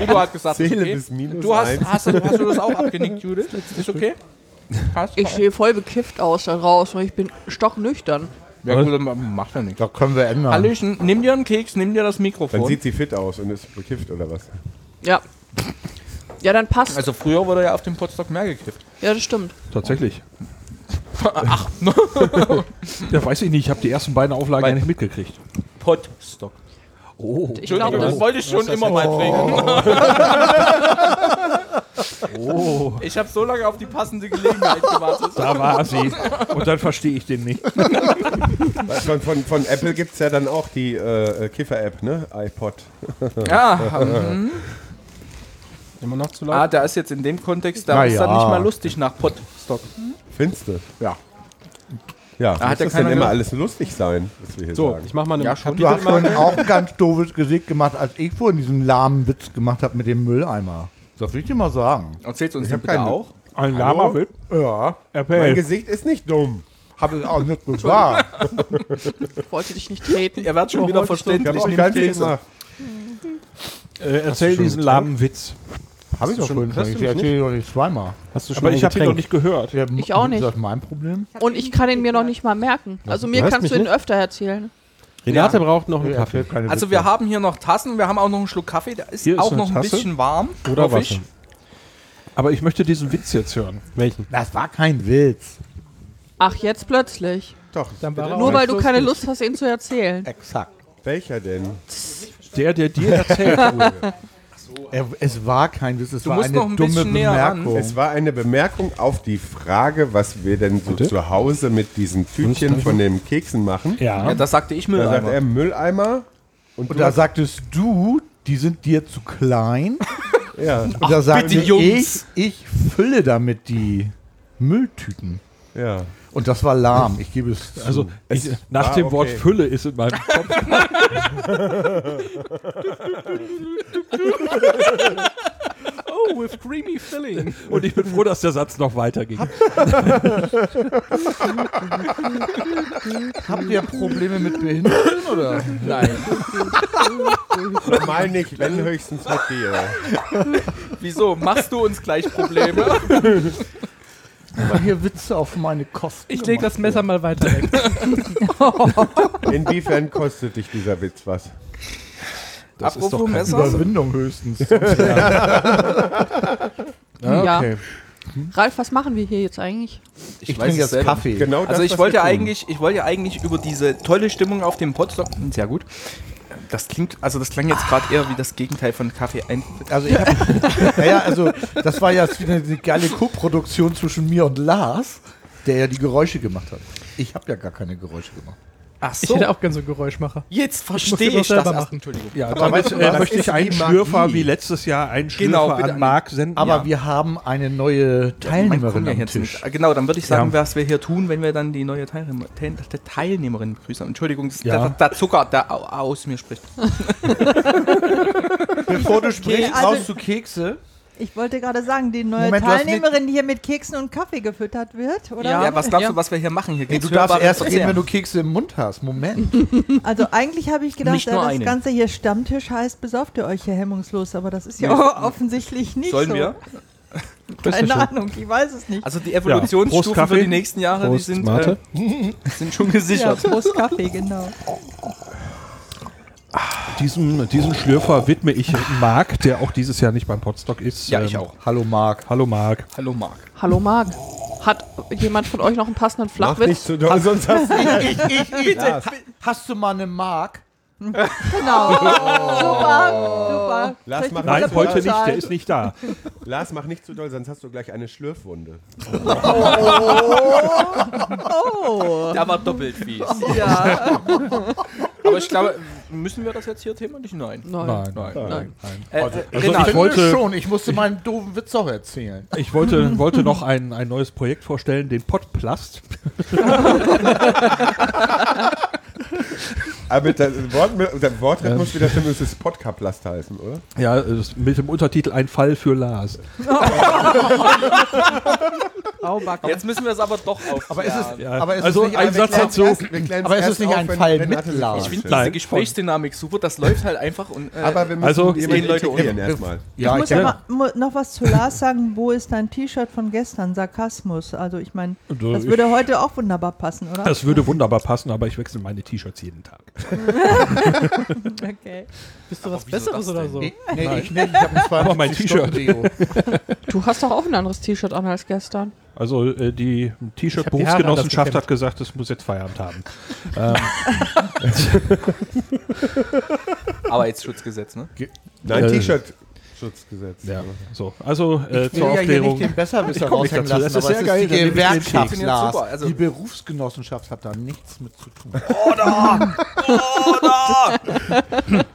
Udo hat gesagt, ist
Zähle
okay.
bis minus
Du hast,
eins.
hast, du- hast du das auch abgenickt, Judith? Ist okay? Passt?
ich sehe voll bekifft aus da draußen, weil ich bin stocknüchtern.
ja, gut, dann macht ja nichts.
Das können wir ändern.
Hallöchen, nimm dir einen Keks, nimm dir das
Dann
Mikrofon.
sieht sie fit aus und ist bekifft oder was?
Ja. Ja, dann passt.
Also früher wurde ja auf dem Potstock mehr gekifft.
ja, das stimmt.
Tatsächlich. Ach, ja, weiß ich nicht. Ich habe die ersten beiden Auflagen ja nicht mitgekriegt. Oh.
Potstock.
Ich glaube, das
wollte ich schon immer mal bringen.
Oh.
Ich habe so lange auf die passende Gelegenheit gewartet.
Da war sie. Und dann verstehe ich den nicht.
Weil Von, von, von Apple gibt es ja dann auch die äh, Kiffer-App, ne? iPod.
Ja, mhm.
immer noch zu
ah,
laut.
da ist jetzt in dem Kontext, da ist dann nicht mal lustig nach Potstock.
Findste.
Ja. Da
Ja,
hat
muss
ja
das denn
keiner
immer
ge-
alles lustig sein, was wir hier
So,
sagen?
ich mach mal eine
Ja, schon.
Du hast
Kapitelmarke.
vorhin auch ein ganz doofes Gesicht gemacht, als ich vorhin diesen lahmen Witz gemacht habe mit dem Mülleimer. Das will ich dir mal sagen.
Erzählst uns den bitte
keine-
auch.
Ein Lama will.
Ja,
Mein
Appell.
Gesicht ist nicht dumm.
habe ich auch nicht gesagt.
wollte dich nicht treten.
Ihr werdet
Oh,
schon wieder
Ich habe
verständlich.
auch
Nehmt
ganz viel
Kekse.
gemacht.
Äh, erzähl diesen lahmen Witz.
Habe ich doch schon gesagt. Ich erzähle doch nicht zweimal.
Hast du schon
Aber ich habe ihn noch nicht gehört.
Der
Ich auch
Ist
nicht.
das mein Problem?
Und ich kann ihn mir noch nicht mal merken. Also mir
hörst
kannst
mich
du ihn
nicht?
öfter erzählen.
Renate braucht noch einen Kaffee.
keine
Also wir haben hier noch Tassen, wir haben auch noch einen Schluck Kaffee, da ist
Hier ist
auch
eine
noch ein
Tasse.
bisschen warm.
Oder
hoffe
was?
ich.
Aber ich möchte diesen Witz jetzt hören.
Welchen?
Das war kein Witz.
Ach, jetzt plötzlich.
Doch,
Dann war er
Nur
auch-
weil du keine Lust hast, ihn zu erzählen.
Exakt.
welcher denn?
Der, der dir erzählt wurde.
Er, es war kein Witz, es war
musst
eine
noch ein
dumme
bisschen näher ran.
Bemerkung.
Es war eine Bemerkung auf die Frage, was wir denn so zu Hause mit diesen Tütchen von den Keksen machen.
Ja, das sagte ich
Da
Mülleimer.
sagt er Mülleimer.
Und
Und, du
da
hast-
sagtest du, die sind dir zu klein.
ja,
Und da sagte
bitte,
ich,
Jungs.
ich fülle damit die Mülltüten.
ja.
Und das war lahm, ich gebe es zu.
Also ich, nach
war
dem Wort
okay.
Fülle ist in meinem Kopf.
Oh, with creamy filling.
Und ich bin froh, dass der Satz noch weiterging.
habt ihr Probleme mit Behinderten oder?
Nein.
Mal nicht, wenn höchstens mit dir.
Wieso? Machst du uns gleich Probleme?
Weil hier Witze auf meine Kosten.
Ich lege das Messer mal weiter weg.
Inwiefern kostet dich dieser Witz was?
Das
Apropos Messer.
Überwindung höchstens.
Ja. Ralf, was machen wir hier jetzt eigentlich?
Ich,
trinke
es
jetzt
selber.
Kaffee.
Genau das,
Also ich
was
wollte
wir
ja
tun.
eigentlich, ich wollte ja eigentlich über diese tolle Stimmung auf dem Potsdam. Sehr gut. Das klingt, also das klang jetzt gerade eher wie das Gegenteil von Kaffee ein.
Also ich hab, naja, also das war ja wieder eine geile Co-Produktion zwischen mir und Lars, der ja die Geräusche gemacht hat. Ich habe ja gar keine Geräusche gemacht.
Ach
Ich hätte auch gern so einen Geräuschmacher.
jetzt
muss
verstehe
die doch
ich das.
selber
erst.
machen.
Entschuldigung.
Ja,
Aber
damit
weißt du, was
äh, möchte
ist
ich einen
die
Schlürfer
Magie?
wie letztes Jahr einen
Genau,
Schlürfer
bitte
an
an-
Marc senden.
Aber
ja.
wir haben eine neue
Man
Teilnehmerin
kommt ja
am
jetzt
Tisch.
nicht- Genau, dann würde ich sagen,
Ja.
was wir hier tun, wenn wir dann die neue Teilnehmer, Teil- Teilnehmerin begrüßen. Entschuldigung, das ist
Ja.
der, der Zucker, der au- aus mir spricht.
Bevor du sprichst,
also-
brauchst du Kekse.
Ich wollte gerade sagen, die neue
Moment, du hast
Teilnehmerin, die hier mit Keksen und Kaffee gefüttert wird, oder?
Ja, was glaubst
Ja.
du, was wir hier machen? Hier
Nee,
gibt's
du darfst
hörbare
erst reden,
Verzehr.
wenn du Kekse im Mund hast. Moment.
Also eigentlich habe ich gedacht,
Nicht
da
nur
das
einen.
Ganze hier Stammtisch heißt, besauft ihr euch hier hemmungslos, aber das ist ja
Nee.
offensichtlich nicht
Sollen
so.
wir?
Keine Ahnung, ich weiß es nicht.
Also die Evolutionsstufen für
Kaffee.
die nächsten Jahre,
Prost,
die sind,
Mate.
äh, sind schon
ja,
gesichert.
Prost Kaffee, genau.
diesem, diesem Schlürfer widme ich Marc, der auch dieses Jahr nicht beim Podstock ist.
Ja,
Ähm,
ich auch.
Hallo Marc.
Hallo Marc.
Hallo Marc.
Hallo Marc. Hat jemand von euch noch einen passenden
Mach nicht
Flachwitz?
zu doll, sonst hast du
Bitte. Hast du mal eine Mark?
Genau.
Oh.
Super, super.
Lass
Soll ich
mal
die
rein.
Nein,
Butter
heute nicht,
bezahlen?
der ist nicht da.
Lars, mach nicht zu doll, sonst hast du gleich eine Schlürfwunde.
Oh,
Der war doppelt fies.
ja.
Aber ich glaube, müssen wir das jetzt hier thematisieren? Nein.
Nein.
Nein.
Nein.
Äh, äh,
Also
Renat,
ich wollte-
schon. Ich musste meinen doofen Witz auch erzählen.
Ich wollte, wollte noch ein, ein neues Projekt vorstellen, den Podplast.
Aber Ah, mit der Wort, mit der Wortrhythmus wieder stimmen, es ist Podcaplast heißen, oder?
Ja, es- mit dem Untertitel Ein Fall für Lars.
Jetzt müssen wir es aber doch auf.
Aber ist es,
Ja.
aber ist
Also
es nicht
ein
aber
Satz
wir klären
dazu.
erst-
Wir klären's
Aber es ist
erst
nicht
auf,
ein
wenn
Fall
Renate
mit
sich
Lars.
Ich finde
vorstellt.
diese Gesprächsdynamik super, das läuft halt einfach und. Äh,
Aber wir müssen
Also,
jemanden
zehn Leute
integrieren
ohne.
erstmal.
Ja,
ich
ich
muss
ja.
ja mal, mu- noch was zu Lars sagen. Wo ist dein T-Shirt von gestern? Sarkasmus. Also ich meine,
Du,
das
ich-
würde heute auch wunderbar passen, oder?
Das würde wunderbar passen, aber ich wechsle meine T-Shirts jeden Tag.
okay.
Bist du was
wieso
Besseres
das
oder
denn?
so?
nee, nee, ich nicht. Ich habe ein 52
mein T-Shirt.
Stunden-Deo.
Du hast doch auch ein anderes T-Shirt an als gestern.
Also äh,
Ich hab die
die
Haare anders
T-Shirt-Berufsgenossenschaft
gekämmt.
hat gesagt, es muss jetzt Feierabend haben. Ähm,
Arbeitsschutzgesetz, ne?
Nein,
Äh,
T-Shirt. Schutzgesetz.
Ja. So, also äh,
Ich will
zur
ja hier nicht
Aufklärung.
den Besserwisser
Ich komm nicht
raushängen
dazu.
lassen,
Das
aber
ist sehr
es
geil,
ist
dann
die
nehme ich den
Gewerkschaft,
Keks.
Lars.
Super, also-
die Berufsgenossenschaft hat da nichts mit zu tun.
Also,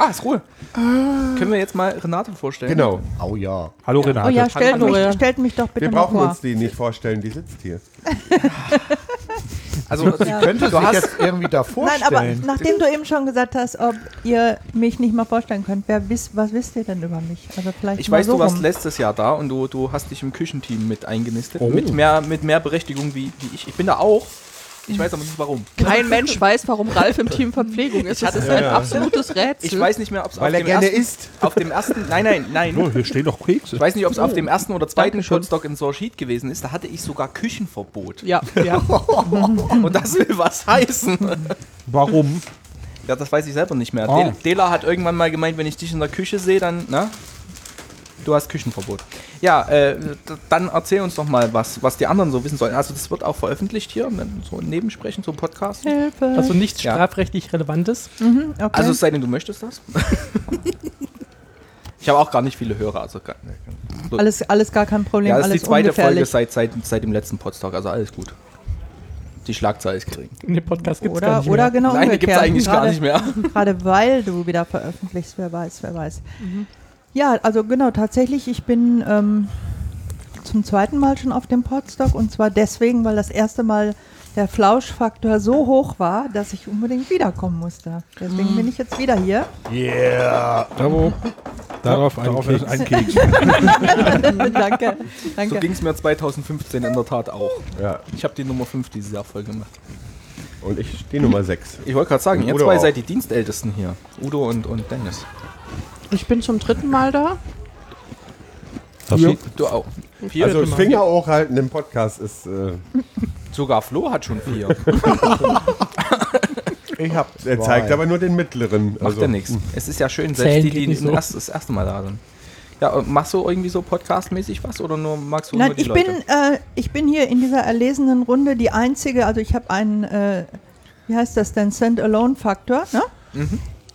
Ah, ist Ruhe.
Ah.
Können wir jetzt mal Renate vorstellen?
Genau.
Oh ja.
Hallo Renate.
Oh ja, stellt
Stellt mich,
nur.
stellt mich doch bitte
Wir
mal
brauchen
vor.
uns die nicht vorstellen, die sitzt hier.
Also,
Ja.
Könntest du
Du
dich
hast-
jetzt irgendwie da vorstellen?
Nein, aber nachdem du eben schon gesagt hast, ob ihr mich nicht mal vorstellen könnt, wer wisst, was wisst ihr denn über mich? Also vielleicht
ich
mal
weiß,
so
du warst
rum.
letztes Jahr da und du, du hast dich im Küchenteam mit eingenistet. Mit, mehr, mit mehr Berechtigung wie, wie ich. Ich bin da auch. Ich weiß aber nicht warum.
Hm. Kein Mensch weiß, warum Ralf im Team Verpflegung ist. Das ist ein absolutes Rätsel.
Ich weiß nicht mehr, ob es auf
Weil er
dem
gerne
ersten.
isst.
Auf dem ersten. Nein, nein, nein.
Oh, hier stehen doch Kekse.
Ich weiß nicht, ob es
Oh,
auf dem ersten oder zweiten
Dankeschön.
Shotstock in Sorschied gewesen ist. Da hatte ich sogar Küchenverbot.
Ja, ja.
Und das will was heißen.
Warum?
Ja, das weiß ich selber nicht mehr.
Ah.
Del- Dela hat irgendwann mal gemeint, wenn ich dich in der Küche sehe, dann, ne? Du hast Küchenverbot. Ja, äh, d- dann erzähl uns doch mal, was, was die anderen so wissen sollen. Also das wird auch veröffentlicht hier, ne? so ein Nebensprechen, so ein Podcast.
Hilfe.
Also nichts
Ja.
strafrechtlich Relevantes.
Mhm, okay.
Also es sei denn, du möchtest das. ich habe auch gar nicht viele Hörer. Also gar,
alles, alles gar kein Problem,
ja, das ist
alles
die zweite Folge
ungefährlich.
seit, seit, seit dem letzten Podstock, also alles gut. Die Schlagzeile ist gering.
In dem Podcast gibt es gar
Oder,
nicht
oder
mehr.
genau
Nein, die gibt es
umgekehrt.
eigentlich
gerade,
gar nicht mehr.
Gerade weil du wieder veröffentlichst, wer weiß, wer weiß.
Mhm.
Ja, also genau, tatsächlich, ich bin ähm, zum zweiten Mal schon auf dem Podstock und zwar deswegen, weil das erste Mal der Flauschfaktor so hoch war, dass ich unbedingt wiederkommen musste. Deswegen
Mhm.
bin ich jetzt wieder hier.
Darauf, darauf einen Keks. Einen Keks.
danke,
So
danke.
ging es mir 2015 in der Tat auch.
Ja.
Ich habe die Nummer 5 dieses Jahr voll gemacht.
Und ich stehe Nummer 6.
Ich wollte gerade sagen,
Und
ihr
Udo
zwei
auch.
seid die Dienstältesten hier. Udo und, und Dennis.
Ich bin zum dritten Mal da.
Du auch. Vier?
Also Finger hochhalten im Podcast ist. Äh,
Sogar Flo hat schon vier.
ich hab zwei.
er zeigt aber nur den Also, hm. mittleren.
Macht ja nichts. Es ist ja schön,
Zählen
selbst die,
geht
die
nicht so.
erst, das erste Mal da sind. Ja, und machst du irgendwie so podcastmäßig was oder nur magst du
Nein,
nur die
ich
Leute?
bin, äh, ich bin hier in dieser erlesenen Runde die einzige, also ich habe einen, äh, wie heißt das denn, Stand-Alone-Faktor. Ne?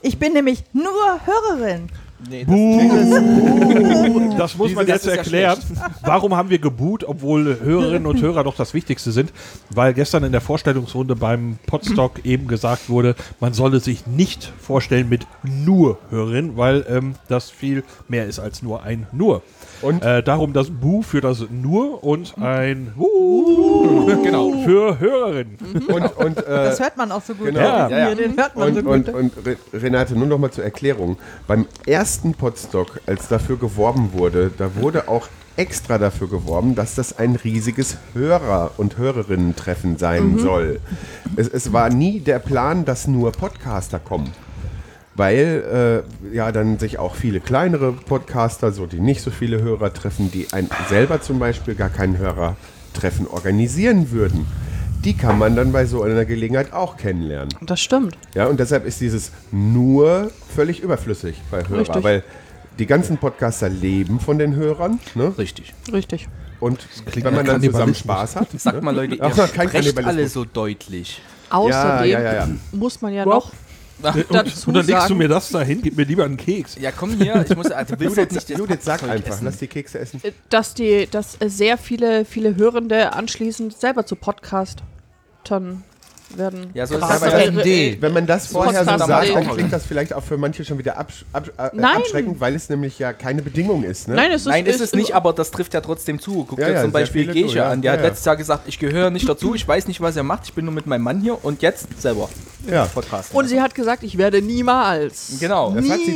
Ich bin nämlich nur Hörerin.
Nee,
äh,
Uh, Das muss man
Das
jetzt
ist ja
erklären. Warum haben wir geboot, obwohl Hörerinnen und Hörer doch das Wichtigste sind? Weil gestern in der Vorstellungsrunde beim Podstock eben gesagt wurde, man solle sich nicht vorstellen mit nur Hörerin, weil ähm, das viel mehr ist als nur ein nur.
Und?
Äh, darum das Bu für das nur und
Hm?
ein
Uh.
Wuh genau. für Hörerin.
Und, und, äh,
Das hört man auch so gut.
genau.
Ja,
Ja, ja.
Den hört man so
Und,
gut.
und, und Re- Renate, nur noch mal zur Erklärung. Beim ersten Podstock, als dafür geworben wurde, da wurde auch extra dafür geworben, dass das ein riesiges Hörer- und Hörerinnen-Treffen
Mhm.
sein soll. Es, es war nie der Plan, dass nur Podcaster kommen. Weil äh, ja dann sich auch viele kleinere Podcaster, so die nicht so viele Hörer treffen, die einen selber zum Beispiel gar keinen Hörertreffen organisieren würden, die kann man dann bei so einer Gelegenheit auch kennenlernen.
Das stimmt.
Ja, und deshalb ist dieses nur völlig überflüssig bei Hörer,
Richtig.
weil die ganzen Podcaster leben von den Hörern. Ne?
Richtig.
Richtig.
Und wenn man dann zusammen Spaß hat.
Sagt mal Leute, ihr
Ach, kein
sprecht
Kannibalismus.
alle so deutlich.
Außerdem
ja, ja, ja.
muss man ja
Wow.
noch dazu
Äh, Und dann legst du
sagen,
mir das dahin, gib mir lieber einen Keks.
Ja, komm hier, ich muss, also willst
Judith,
du nicht das
Judith sag
Zeug
einfach,
essen?
lass die Kekse essen.
dass die, dass äh, sehr viele, viele Hörende anschließend selber zu Podcastern werden.
Ja, so ist
Krass.
es halt aber-
Ihre- äh,
Wenn man das vorher so
Podcast-
sagt, dann
Nee.
klingt das vielleicht auch für manche schon wieder absch ab äh,
Nein.
abschreckend, weil es nämlich ja keine Bedingung ist. Ne?
Nein, es ist,
Nein, ist es nicht, aber das trifft ja trotzdem zu. Guckt
Ja,
euch
ja,
zum
sehr
Beispiel
viele
Gesche
tun, ja.
an, der
Ja,
hat
ja.
letztes Jahr gesagt, ich gehöre nicht dazu, ich weiß nicht, was er macht, ich bin nur mit meinem Mann hier und jetzt selber
Ja.
Podcast.
Und sie hat gesagt, ich werde niemals.
genau.
Das hat sie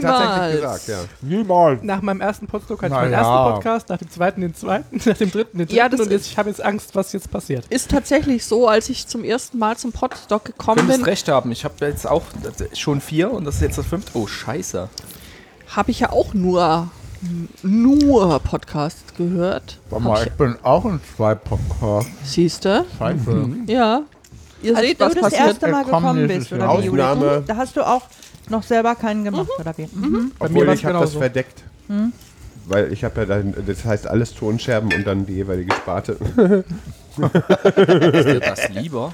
Niemals.
tatsächlich gesagt, ja.
Niemals.
Nach meinem ersten Podcast hatte ich
Na
meinen
ja.
ersten Podcast, nach dem zweiten den zweiten, nach dem dritten den dritten
Ja, das
und jetzt,
ist-
ich habe jetzt Angst, was jetzt passiert.
Ist tatsächlich so, als ich zum ersten Mal zum Podstock
Du
gekommen
könntest
bin,
recht haben, ich habe jetzt auch das- schon vier und das ist jetzt das fünfte. Oh, scheiße.
habe ich ja auch nur, nur Podcasts gehört.
Warte mal, ich bin auch in zwei Podcasts.
Siehste?
Scheiße.
Mhm.
Ja. Ihr
Als
seht,
du
was
das
passiert.
erste Mal
Willkommen
gekommen
nächstes
bist, oder
Jahr.
wie, Judith?
Ausnahme.
Da hast du auch noch selber keinen gemacht,
Mhm.
oder wie?
Obwohl,
war's
ich habe das
genauso.
verdeckt.
Hm?
Weil ich habe ja dann, das heißt alles Tonscherben und dann die jeweilige Sparte.
Ist dir das lieber?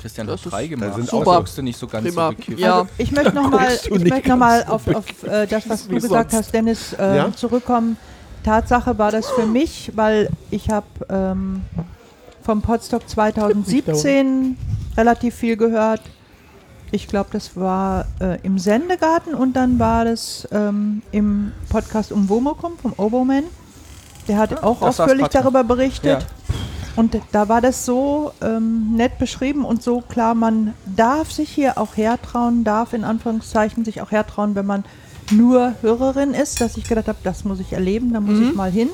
Christian hat
Das ist-
drei gemacht.
sind
Super. auch so-
Guckst du nicht so ganz
Prima.
so bekifft.
Ja.
Also ich möchte nochmal noch mal auf, auf äh, das, was du gesagt hast, Dennis, äh,
Ja?
zurückkommen. Tatsache war das für mich, weil ich habe ähm, vom Podstock 2017 relativ viel gehört. Ich glaube, das war äh, im Sendegarten und dann war das ähm, im Podcast um Womokum vom Oboman. Der hat
Ah,
auch
das saß
ausführlich
Patrick.
darüber berichtet.
Ja.
Und da war das so ähm, nett beschrieben und so klar, man darf sich hier auch hertrauen, darf in Anführungszeichen sich auch hertrauen, wenn man nur Hörerin ist, dass ich gedacht habe, das muss ich erleben, da muss ich mal hin.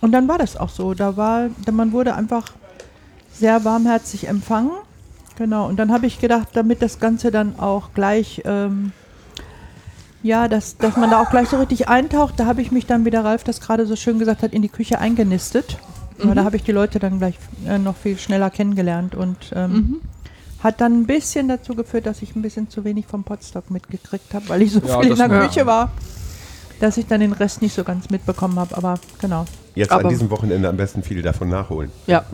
Und dann war das auch so. Da war, da- man wurde einfach sehr warmherzig empfangen. Genau. Und dann habe ich gedacht, damit das Ganze dann auch gleich, ähm, ja, dass, dass man da auch gleich so richtig eintaucht, da habe ich mich dann, wie der Ralf das gerade so schön gesagt hat, in die Küche eingenistet. Aber Da habe ich die Leute dann gleich äh, noch viel schneller kennengelernt und ähm,
Mhm.
hat dann ein bisschen dazu geführt, dass ich ein bisschen zu wenig vom Potstock mitgekriegt habe, weil ich so
Ja,
viel in
das
der
merkt
Küche
man.
war, dass ich dann den Rest nicht so ganz mitbekommen habe. Aber genau.
Jetzt
Aber-
an diesem Wochenende am besten viel davon nachholen. Ne?
Ja.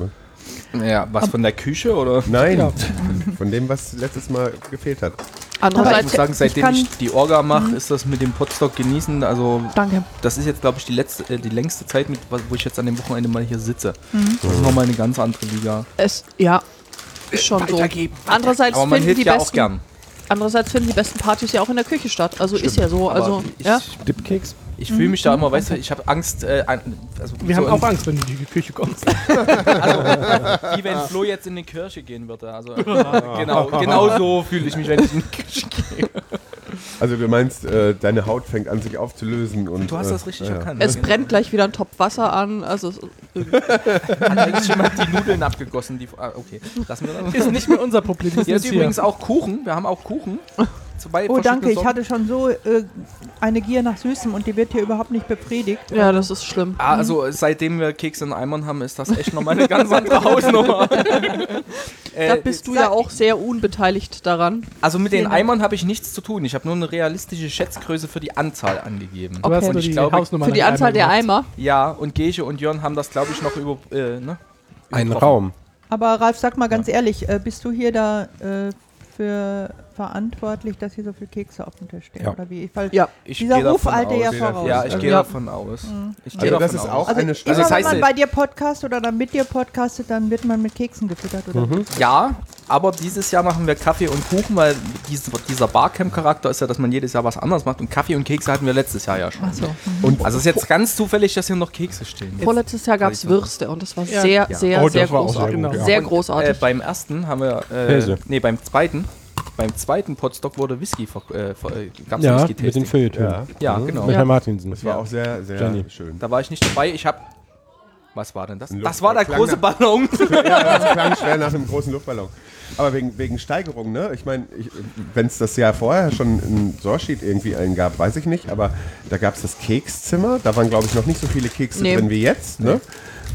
Ja, was von der Küche oder?
Nein,
Genau.
von dem, was letztes Mal gefehlt hat.
Aber ich
Andererseits, Mhm.
muss sagen,
ich
seitdem
kann-
ich, die Orga mache, ist das mit dem Potstock genießen. Also
danke.
das ist jetzt, glaube ich, die letzte, äh, die längste Zeit, mit, wo ich jetzt an dem Wochenende mal hier sitze.
Mhm.
Das ist nochmal eine ganz andere Liga.
Es, ja, ist schon so. Andererseits
Aber man
finden,
hilft
die
ja auch
besten,
gern.
andererseits finden die besten Partys ja auch in der Küche statt. Also ist ja so.
Aber
Also,
ich,
ja. Mhm.
Dipkeks?
ich fühle mich da immer, weißt du, ich habe Angst. Äh, an- also
Wir
so
haben auch
in-
Angst, wenn du in die Küche kommst.
Also, Wie wenn Flo jetzt in die Kirche gehen würde. Also genau, genau so fühle ich mich, wenn ich in die Kirche gehe.
Also du meinst, äh, deine Haut fängt an sich aufzulösen und
Du hast
äh,
das richtig
ja, ja.
erkannt. ne?
Es brennt gleich wieder ein Topf Wasser an. Also es-
Hat eigentlich jemand die Nudeln abgegossen? Die, ah, okay, lassen wir das.
Ist nicht mehr unser Problem.
Hier
Ist
ist übrigens auch Kuchen. Wir haben auch Kuchen. zwei
Oh, danke.
verschiedene
Ich
Sorten.
hatte schon so äh, eine Gier nach Süßem und die wird hier überhaupt nicht befriedigt.
Ja, das ist schlimm.
Ah, also seitdem wir Kekse in Eimern haben, ist das echt nochmal eine ganz andere Hausnummer.
Da
Äh,
bist du ja auch sehr unbeteiligt daran.
also mit den
Vielen Dank.
Eimern habe ich nichts zu tun. Ich habe nur eine realistische Schätzgröße für die Anzahl angegeben.
Du hast
Okay.
nur
Und ich
die
glaube,
Hausnummer
Für die
nach
Anzahl der
gemacht.
Eimer.
Ja, und Gege und Jörn haben das, glaube ich, noch über... Äh, ne?
Ein
übertroffen.
Raum.
Aber Ralf, sag mal ganz ehrlich, äh, bist du hier da äh, für verantwortlich, dass hier so viele Kekse auf dem Tisch stehen?
Ja.
Oder wie? Weil
Ja.
Ich gehe
dieser
davon
Ruf eilte
aus.
ja
Geh davon
voraus. Mhm.
aus.
Ja, ich
Also-
gehe
Ja.
davon aus. Ich gehe
Also das
davon
ist
aus.
auch
Also
eine
immer
Also das
wenn
heißt,
man bei dir podcastet oder dann mit dir podcastet, dann wird man mit Keksen gefüttert, oder?
Mhm.
Ja, aber dieses Jahr machen wir Kaffee und Kuchen, weil dies, dieser Barcamp-Charakter ist ja, dass man jedes Jahr was anderes macht. Und Kaffee und Kekse hatten wir letztes Jahr ja schon.
So.
Und
Also es ist jetzt ganz zufällig, dass hier noch Kekse stehen.
Mhm. Vorletztes Jahr gab es
Kann ich noch-
Würste und das war
Ja.
sehr,
Ja.
sehr,
Oh, das
sehr
war auch sehr
großartig.
gut, ja.
Sehr
Und,
großartig.
Äh, beim ersten haben wir, äh,
Käse.
nee, beim zweiten, beim zweiten Podstock wurde Whisky, ver, äh, ver, äh, gab's
Ja, mit den
Whisky-Tasting.
Feuilletönen.
ja,
Ja, genau.
Mit Herrn Martinsen.
das war auch sehr, sehr
Jenny.
schön.
Da war ich nicht dabei. Ich habe, was war denn das?
Ein
Das war der
Luftballon.
große Ballon.
ja, das klang schwer nach einem großen Luftballon. Aber wegen, wegen Steigerung, ne? Ich meine, wenn es das Jahr vorher schon in Sorschied irgendwie einen gab, weiß ich nicht. Aber da gab es das Kekszimmer. Da waren, glaube ich, noch nicht so viele Kekse
Nee.
drin wie jetzt, ne?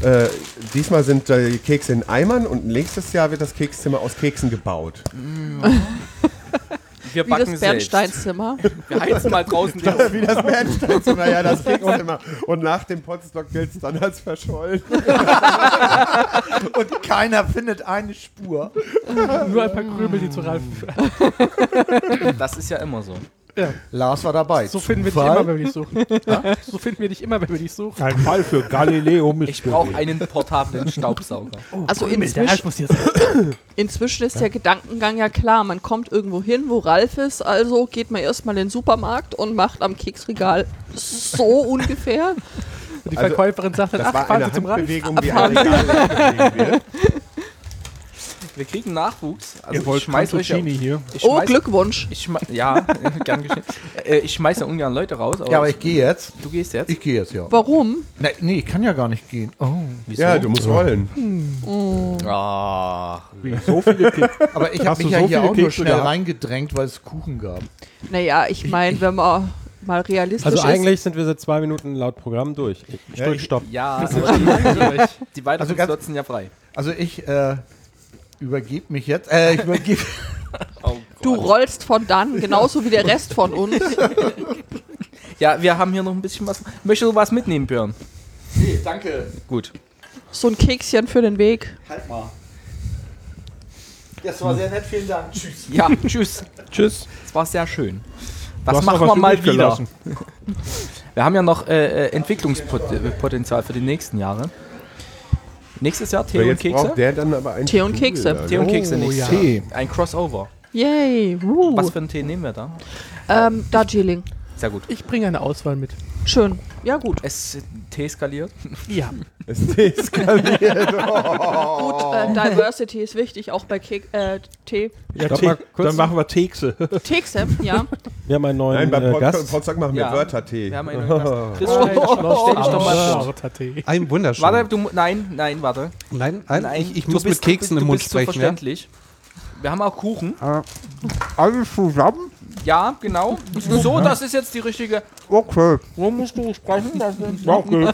Äh, diesmal sind äh, die Kekse in Eimern und nächstes Jahr wird das Kekszimmer aus Keksen gebaut.
Wir
Wie das
backen selbst.
Bernsteinzimmer.
Wir heizen mal draußen die Luft.
Wie das Bernsteinzimmer, ja, das Kekszimmer. Und nach dem Potsdok gilt es dann als verschollen.
Und keiner findet eine Spur.
Nur ein paar Krümel, die zu Ralf.
Das ist ja immer so.
Lars war dabei.
So finden wir dich
Weil-
immer, wenn wir dich suchen. so finden wir dich immer, wenn wir dich suchen.
Ein Fall für Galileo
Ich brauche einen portablen Staubsauger.
Oh
Also inzwischen,
muss hier sein.
inzwischen ist der Gedankengang ja klar. Man kommt irgendwo hin, wo Ralf ist. Also geht man erstmal in den Supermarkt und macht am Keksregal so ungefähr.
Und die
Also,
Verkäuferin sagt dann,
Das
ach,
war
fahren
eine
Sie zum Ralf.
Handbewegung, die alle Regale bewegen wird.
Wir kriegen Nachwuchs. Also
Ihr wollt Fantocini hier.
Ich
Oh,
schmeiß,
Glückwunsch.
Ich schmeiß, ja, gern geschehen. Äh, ich schmeiß ja ungern Leute raus, aber,
Ja, aber ich gehe jetzt.
du gehst jetzt.
Ich gehe jetzt, ja.
Warum?
Nee, nee, ich kann ja gar nicht gehen. Oh.
Wieso?
Ja, du musst rollen.
Hm. Ah,
So viele Kekse.
Aber ich
Hast
habe mich
du
ja
so
hier
viele
auch nur
Kekse
schnell
gehabt?
reingedrängt, weil es Kuchen gab.
Naja, ich meine, wenn man mal realistisch
Also
ist.
eigentlich sind wir seit zwei Minuten laut Programm durch. Ich drück Stopp.
ja, aber die, die weiteren
Also ganz-
Slots sind ja frei.
Also ich äh, übergebe mich jetzt. Äh, ich übergebe.
Oh
Du rollst von dann, genauso wie der Rest von uns.
Ja, wir haben hier noch ein bisschen was. Möchtest du was mitnehmen, Björn?
nee, danke.
Gut.
So ein Kekschen für den Weg.
Halt mal. Das war sehr nett, vielen Dank. Tschüss.
Ja, tschüss.
Tschüss.
Das war sehr schön.
Du
Das
hast noch
machen wir
was
mal
übrig
wieder.
gelassen.
Wir haben ja noch äh, äh, Entwicklungspotenzial für die nächsten Jahre. Nächstes Jahr Tee
Aber
und
jetzt braucht
Kekse.
der dann aber einen
Tee und
Stuhl
Kekse.
dann.
Tee und Kekse nächstes
ja.
Jahr. Ein Crossover.
Yay. Woo.
Was für einen Tee nehmen wir da?
ähm, Darjeeling.
Sehr gut.
Ich bringe eine Auswahl mit.
Schön. Ja, gut.
Es äh, Tee skaliert.
Ja.
Es deeskaliert.
Gut,
Oh.
äh, Diversity ist wichtig, auch bei Ke äh, Tee.
Ja,
Stopp
Tee-
mal kurz.
Dann machen wir Tekse.
Teeksem, ja.
Wir haben einen
Nein,
neuen
beim
äh,
Podcast,
Gast.
Podcast machen wir
Ja.
Wörtertee.
Wir haben einen neuen Gast. Chris,
Oh.
stell dich
Stell dich
doch mal vor.
Tee.
Ein wunderschön.
Warte, du, mu- nein, nein, warte.
nein, nein,
Nein,
ich, ich
du
muss
bist-
mit Keksen
du,
im Mund
bist
sprechen.
So
Ja?
verständlich. Wir haben auch Kuchen.
Äh,
Alles zusammen?
Ja, genau. So, das ist jetzt die richtige.
Okay.
Wo musst du sprechen? Das ist okay.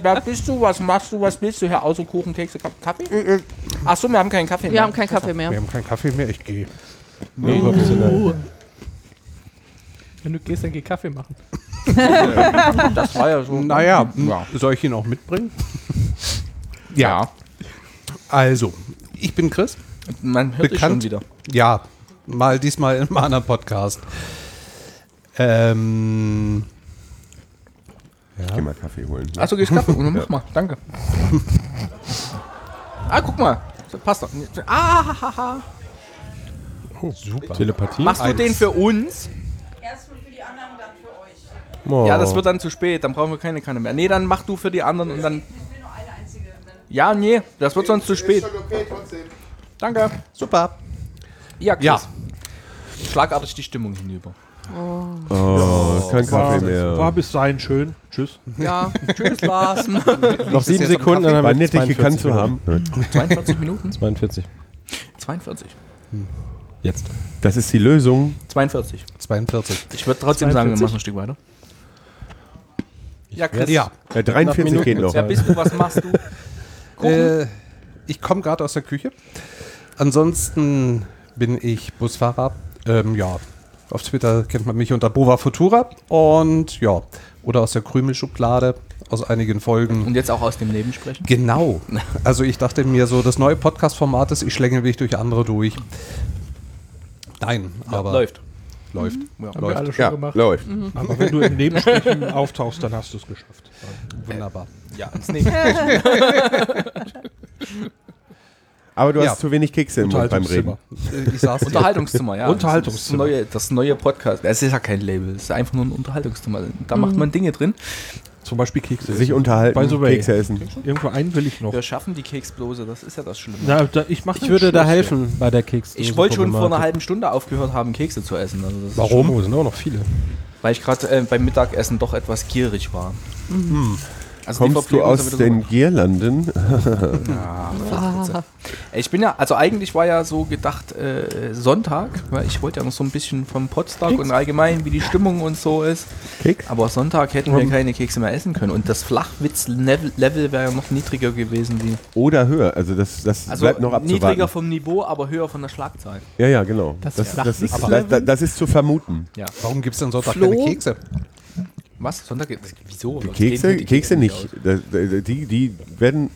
Wer bist du? Was machst du? Was willst du? Hier außer Kuchen, Kekse, Ka- Kaffee? Achso, wir haben keinen Kaffee
Äh, Wir haben keinen Kaffee mehr.
Wir haben keinen Kaffee mehr, ich gehe.
Oh.
Wenn du gehst, dann geh Kaffee machen.
Das war ja so.
Naja, soll ich ihn auch mitbringen?
Ja.
Also, ich bin Chris.
Man hört dich schon
Bekannt.
wieder.
Ja, mal diesmal in einem anderen Podcast. Ähm,
Ich geh mal Kaffee holen.
Achso, gehst Kaffee? Und mach mal. Danke. Ah, guck mal. So, Passt doch. Ah, ha, ha, ha.
Super. Telepathie.
Machst du den für uns?
Oh.
Ja, das wird dann zu spät, dann brauchen wir keine Kanne mehr. Nee, dann mach du für die anderen und dann. Ja, nee, das wird sonst zu spät. Danke.
super.
Ja, Chris.
Ja.
Schlagartig die Stimmung hinüber.
Oh, kein Kaffee
War
mehr.
bis dahin schön. Tschüss.
Ja, tschüss, Lars.
noch sieben
jetzt am
Sekunden, dann haben
War
wir
nett, dich gekannt zu haben.
42 Minuten?
42.
42.
Jetzt.
Das ist die Lösung.
42.
42.
Ich würde trotzdem sagen, wir
42.
machen ein Stück weiter. Ja, Chris.
Ja.
Äh, 43 geht noch.
Wer bist du? Was machst du?
Äh, ich komme gerade aus der Küche. Ansonsten bin ich Busfahrer. Ähm, ja, auf Twitter kennt man mich unter Bova Futura. Und ja, oder aus der Krümelschublade, aus einigen Folgen.
Und jetzt auch aus dem Nebensprechen.
Genau. Also ich dachte mir so, das neue Podcast-Format ist, ich schlängel mich durch andere durch. Nein, aber
Läuft.
läuft.
Mhm.
Haben wir
läuft.
alle schon
Ja,
gemacht.
läuft.
Aber wenn du im Nebensprechen auftauchst, dann hast du es geschafft.
Wunderbar.
Ja, ins Nebensprechen.
Aber du
Ja.
hast zu wenig Kekse im Mund beim Reden.
Äh, Ich saß hier.
Unterhaltungszimmer, ja.
Unterhaltungszimmer.
Das neue, das neue Podcast. Es ist ja kein Label, es ist einfach nur ein Unterhaltungszimmer. Da macht man Dinge drin.
Zum Beispiel Kekse.
Sich unterhalten,
By the way.
Kekse essen.
Irgendwo einen will ich noch.
Wir schaffen die Keksblose, das ist ja das Schlimme.
Na, da, ich mache
Ich würde da
helfen.
bei der Keks.
Ich wollte schon vor einer halben Stunde aufgehört haben, Kekse zu essen. Also das ist
Warum? Oh, sind auch noch viele.
schon- Weil ich gerade äh, beim Mittagessen doch etwas gierig war. Also die
Hm. Kommst du
Verpflegung ist
aus
ja wieder so-
den Gierlanden?
Ich bin ja, also eigentlich war ja so gedacht äh, Sonntag, weil ich wollte ja noch so ein bisschen vom Potsdam und allgemein, wie die Stimmung und so ist.
Keks?
Aber Sonntag hätten wir keine Kekse mehr essen können. Und das Flachwitz-Level wäre ja noch niedriger gewesen wie.
Oder höher. Also das, das
Also
bleibt noch
niedriger
abzuwarten.
vom Niveau, aber höher von der Schlagzahl.
Ja, ja, genau.
Das
das, das, ist,
Flachwitz-Level?
das, das, das ist zu vermuten.
Warum gibt es denn Sonntag
Flo?
keine Kekse?
Was? Sonntag? Wieso?
Die Kekse, Kekse nicht. Das- das- Die, die werden,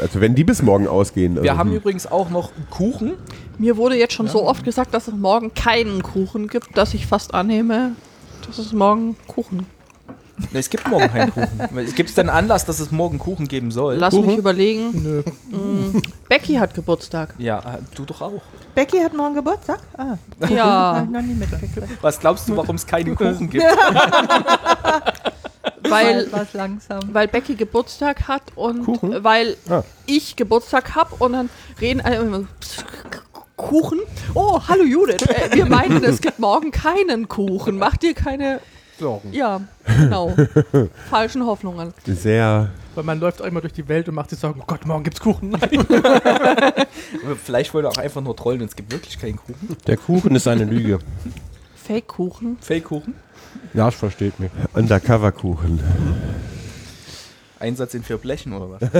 also wenn die bis morgen ausgehen.
Wir
also,
haben
hm.
übrigens auch noch Kuchen.
Mir wurde jetzt schon so oft gesagt, dass es morgen keinen Kuchen gibt, dass ich fast annehme, dass es morgen Kuchen
Ne, Es gibt morgen keinen Kuchen. Es gibt einen Anlass, dass es morgen Kuchen geben soll.
Lass mich überlegen. Mm, Becky hat Geburtstag.
ja, äh, du doch auch.
Becky hat morgen Geburtstag? Ah, hab
Ja,
ich noch nie mitgekriegt.
Was glaubst du, warum es keinen Kuchen gibt?
weil,
was langsam.
weil Becky Geburtstag hat und
Kuchen?
weil
Ah.
ich Geburtstag habe und dann reden alle immer Kuchen. Oh, hallo Judith. Äh, wir meinen, es gibt morgen keinen Kuchen. Mach dir keine Sorgen. Ja, genau. Falschen Hoffnungen.
Sehr.
Weil man läuft auch immer durch die Welt und macht sich Sorgen, oh Gott, morgen gibt's Kuchen. Nein.
Vielleicht wollen wir auch einfach nur trollen und es gibt wirklich keinen Kuchen.
Der Kuchen ist eine Lüge.
Fake-Kuchen.
Fake-Kuchen.
Ja, das versteht mich.
Undercover-Kuchen.
Einsatz in vier Blechen oder was?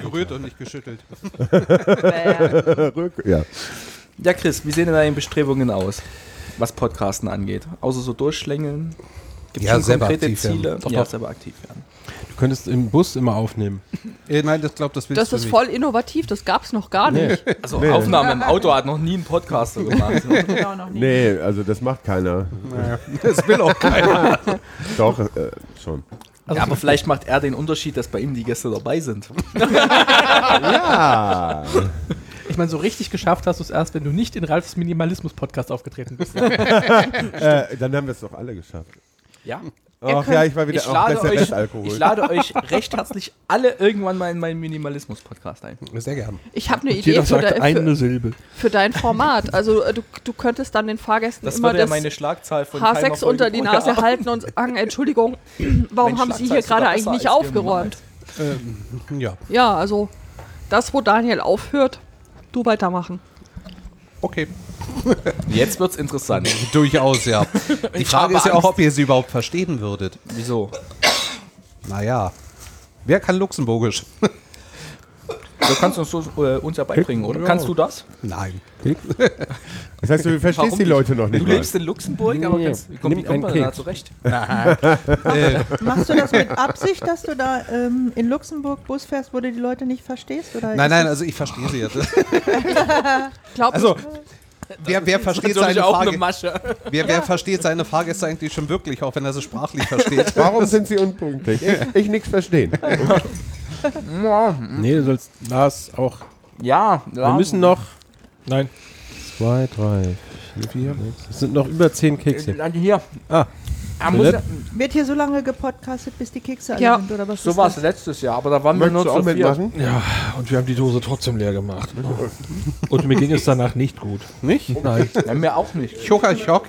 Gerührt und nicht geschüttelt.
Ja.
Ja, Chris, wie sehen denn deine Bestrebungen aus, was Podcasten angeht? Außer so durchschlängeln? Gibt
Ja, selber aktiv werden.
Ziele?
Doch,
ja,
doch.
selber aktiv werden.
Du könntest im Bus immer aufnehmen.
Äh, nein, das glaubt das willst
Das
du
ist
nicht.
voll innovativ. Das gab es noch gar nicht.
Also Aufnahme im Auto hat noch nie ein Podcaster gemacht.
Genau, noch nie.
Nee, also das macht keiner.
Das will auch keiner.
Doch, äh, schon.
ja, aber vielleicht macht er den Unterschied, dass bei ihm die Gäste dabei sind.
Ja.
Ich meine, so richtig geschafft hast du es erst, wenn du nicht in Ralfs Minimalismus-Podcast aufgetreten bist.
äh, dann haben wir es doch alle geschafft.
Ja.
Ach ja, ich war wieder
Ich lade,
das ist der
euch,
Restalkohol.
ich lade euch recht herzlich alle irgendwann mal in meinen Minimalismus-Podcast ein.
Sehr gern.
Ich habe eine Idee
Jeder
für,
sagt
de
eine
für,
Silbe.
für dein Format. Also äh, du, du könntest dann den Fahrgästen
Das
immer
würde ja
das
meine Schlagzahl von keiner
H6
Folge
unter die
vorher
Nase
ab.
halten und sagen, Entschuldigung, warum
Mensch,
haben Sie
Schlagzeil
hier
ist sogar
gerade eigentlich
besser
nicht
als wir
aufgeräumt?
Ähm, Ja,
Ja, also das, wo Daniel aufhört, du weitermachen.
okay.
Jetzt wird's interessant.
Durchaus, ja. Die
Ich
Frage
habe
ist ja auch,
Angst.
ob ihr sie überhaupt verstehen würdet.
Wieso?
Naja. Wer kann Luxemburgisch?
Du kannst uns, so, äh, uns ja beibringen, oder? Kannst du das?
Nein.
Das heißt, du verstehst
Warum
die Leute noch
Du
nicht mal.
lebst in Luxemburg, aber
Nee.
kannst, wie kommt Äh, die
Nimm einen
Kamera da
Keks.
zurecht?
Machst du das mit Absicht, dass du da ähm, in Luxemburg Bus fährst, wo du die Leute nicht verstehst? Oder ist
Nein, nein,
das-
also ich verstehe sie jetzt.
Glaub
Also, wer, wer, versteht seine Frage,
Masche.
wer, wer versteht seine Fahrgäste eigentlich schon wirklich, auch wenn er sie sprachlich versteht?
Warum sind sie unpünktlich? Ich, ich nichts verstehen.
Nee, du sollst Lars auch.
Ja,
Wir
ja.
müssen noch. Nein. Zwei, drei, vier, sechs. Es sind noch über zehn Kekse.
Äh, Hier.
Ah.
Er muss, ja-
Wird hier so lange gepodcastet, bis die Kekse alle
Ja.
sind, oder was
so
ist
war es
das?
letztes Jahr, aber da waren wir
Möchtest
nur
du
zu
auch
viert.
mitmachen?
Und wir haben die Dose trotzdem leer gemacht.
Und mir ging es danach nicht gut.
Nicht?
Nein.
Ja, mir auch nicht.
Choka Chock.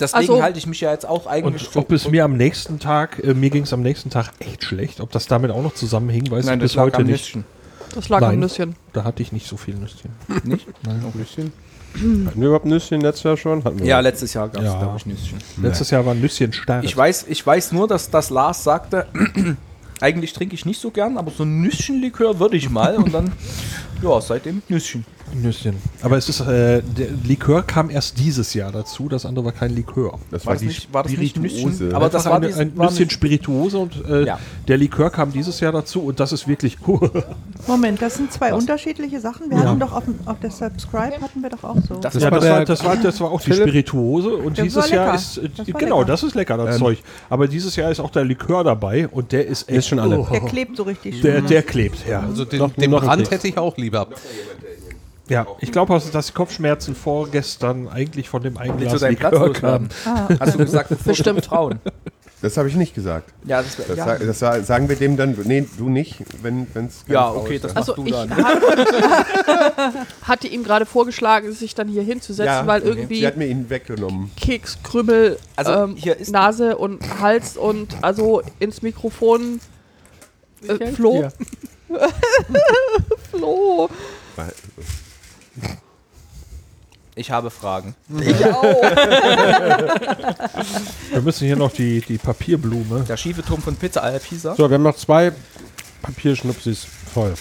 Deswegen
Also-
halte ich mich ja jetzt auch eigentlich
Und ob es mir am nächsten Tag, äh, mir ging es am nächsten Tag echt schlecht. Ob das damit auch noch zusammenhing, weiß ich bis heute nicht.
Das lag
Nein.
am Nüsschen.
Da hatte ich nicht so viel Nüsschen.
Nicht?
Nein.
Nüsschen? Hatten wir überhaupt Nüsschen letztes Jahr schon? Hatten wir
Ja, letztes Jahr gab es,
Ja.
glaube ich, Nüsschen.
Letztes Jahr war Nüsschen stark.
Ich weiß, ich weiß nur, dass, dass Lars sagte, eigentlich trinke ich nicht so gern, aber so ein Nüsschenlikör würde ich mal. Und dann, ja, seitdem Nüsschen.
Nüsschen. Aber es ist, äh, der Likör kam erst dieses Jahr dazu, das andere war kein Likör.
Das
War das nicht, war das nicht Nüsschen? Aber das war
eine,
dies-
ein
war
bisschen
nicht-
Spirituose und äh,
Ja.
der Likör kam dieses Jahr dazu und das ist wirklich.
Moment, das sind zwei
Was?
unterschiedliche Sachen. Wir
Ja.
hatten doch auf, dem- auf der Subscribe hatten wir doch auch so.
Das- war
ja, das,
der-
war, das, war, das war auch die
Philipp?
Spirituose und
Das
dieses
war
Jahr
lecker.
ist. Äh,
Das war
genau,
lecker.
das ist lecker, das
Ähm.
Zeug. Aber dieses Jahr ist auch der Likör dabei und der ist echt. Oh.
schon alle.
der klebt so richtig ne?
Der,
schön.
der klebt, ja.
Also den,
Noch-
den
noch ein
Brand
Keks.
hätte ich auch lieber.
Ja, ich glaube, also, dass die Kopfschmerzen vorgestern eigentlich von dem einen
Willst du
Glas
deinen Platz
Likör
loswerden?
kamen.
Ah.
Hast du gesagt, bevor du
Bestimmt.
Frauen.
Das habe ich nicht gesagt.
Ja, das, wär-
Das,
ja.
sa- das sa- sagen wir dem dann, nee, du nicht, wenn es
ja, okay, das machst
Also
du
ich
dann.
hat- hatte ihm gerade vorgeschlagen, sich dann hier hinzusetzen,
Ja,
weil
okay. Sie
irgendwie
hat mir ihn weggenommen.
Keks, Krümmel,
Also
ähm,
hier ist-
Nase und Hals und also ins Mikrofon. Äh, Flo.
dir.
Oh,
Flo.
Ich habe Fragen.
Ich auch.
Wir müssen hier noch die, die Papierblume.
Der schiefe Turm von Pizza Al Pisa.
So, wir haben noch zwei Papierschnupsis voll.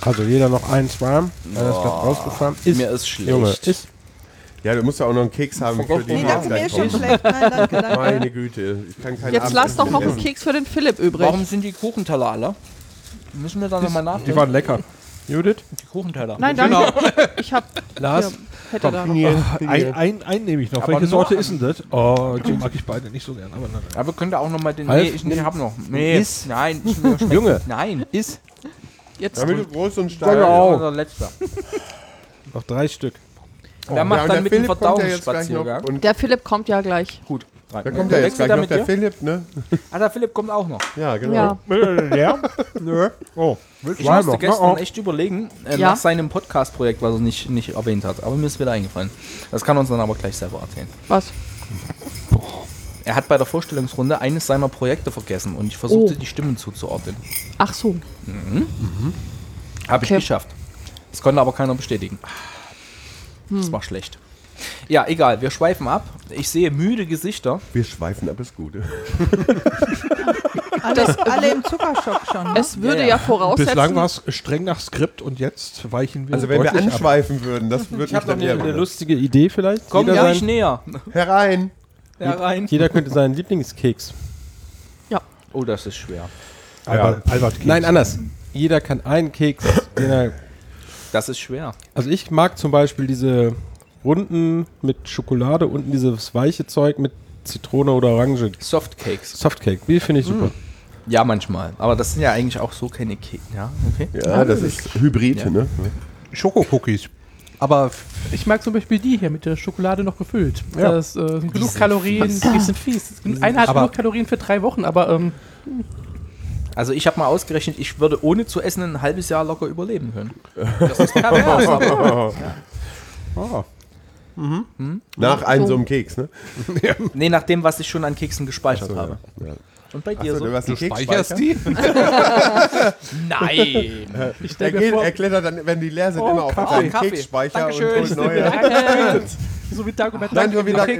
Also jeder noch eins warm. Einer ist gerade rausgefahren. Ist,
Mir ist schlecht.
Junge, ist.
Ja, du musst ja auch noch einen Keks haben für die
nee, das ist mir
Mahlzeit.
schon schlecht. Nein, danke, danke.
Meine Güte, ich kann keinen
Jetzt lass
Abendessen
doch noch einen
essen.
Keks für den Philipp übrig.
Warum sind die Kuchenteller alle? Müssen wir da nochmal
Die
nachdenken?
waren lecker. Judith?
Die Kuchenteller. Genau.
Nein, danke. Ich hab.
Lars,
hier, hätte da.
Ein, ein, ein nehme ich noch.
Aber
Welche
nur
Sorte
ein-
ist denn das? Oh, die mag ich beide nicht so gern. Aber nein.
Aber könnt ihr auch nochmal den.
Ralf,
Nee, ich, nee, ich hab noch. Nee. Nein, ich, mir schmeckt-
Junge.
Nein. Ist.
Jetzt
Damit du groß und stark
Danke auch.
bist.
Oh.
Unser letzter.
Noch drei Stück.
Wer
Ja,
macht
und
dann
der
mit
Philipp
dem
kommt ja jetzt gleich
Verdauungsspaziergang?
noch und
Der Philipp kommt ja gleich.
Gut. Drei.
Da kommt ja
Wechselt
jetzt gleich
er
noch
mit
der
dir?
Philipp, ne?
Ah, der Philipp kommt auch noch.
Ja, genau.
Ja.
ja? Nö. Oh,
Ich
War
musste
noch, ne?
gestern
Oh.
echt überlegen, äh,
Ja?
nach seinem Podcast-Projekt, was er nicht, nicht erwähnt hat. Aber mir ist wieder eingefallen. Das kann er uns dann aber gleich selber erzählen.
Was?
Er hat bei der Vorstellungsrunde eines seiner Projekte vergessen und ich versuchte,
Oh.
die Stimmen zuzuordnen.
Ach so.
Mhm.
Habe
Okay.
ich geschafft. Das konnte aber keiner bestätigen.
Hm.
Das war schlecht. Ja, egal, wir schweifen ab. Ich sehe müde Gesichter.
Wir schweifen ab, ist gut.
Alle, alle im Zuckerschock schon. ne?
Es würde
Ja,
ja,
ja.
voraussetzen.
Bislang war es streng nach Skript und jetzt weichen wir
Also wenn wir
deutlich ab.
anschweifen würden, das würde
Ich habe noch
dann
eine,
eher
eine
wundern.
lustige Idee vielleicht.
Komm
jeder,
ja nicht
sein,
näher.
Herein!
Da rein.
jeder könnte seinen Lieblingskeks.
Oh, das ist schwer.
Albert, Albert Keks.
Nein, anders. Jeder kann einen Keks, den er
Das ist schwer.
Also ich mag zum Beispiel diese runden mit Schokolade, unten dieses weiche Zeug mit Zitrone oder Orange.
Softcakes. Hm.
Softcake, die finde ich super.
Ja, manchmal. Aber das sind ja eigentlich auch so keine Kekse. Ja, okay.
Ja, das ist Hybrid,
Ja.
ne?
Schokokookies. Aber f-
Ich mag zum Beispiel die hier mit der Schokolade noch gefüllt. Das äh, sind genug Kalorien, die sind fies. Eine hat
Aber-
genug Kalorien für drei Wochen, aber ähm,
Also ich habe mal ausgerechnet, ich würde ohne zu essen ein halbes Jahr locker überleben können. Das ist pervers, aber
Ah.
Mhm.
Nach einem so einem Keks, ne?
Nee, nach dem, was ich schon an Keksen gespeichert habe. Und bei dir
Achso, du
so?
hast einen Keks
speicherst die?
Nein!
ich
Er,
stelle mir
geht,
vor,
er klettert dann, wenn die leer sind, immer auf
Kaffee.
einen
Kaffee.
Keksspeicher und
Dankeschön.
holt neue.
Danke. so wie Dagobert
Nein, nur wieder
Kaffee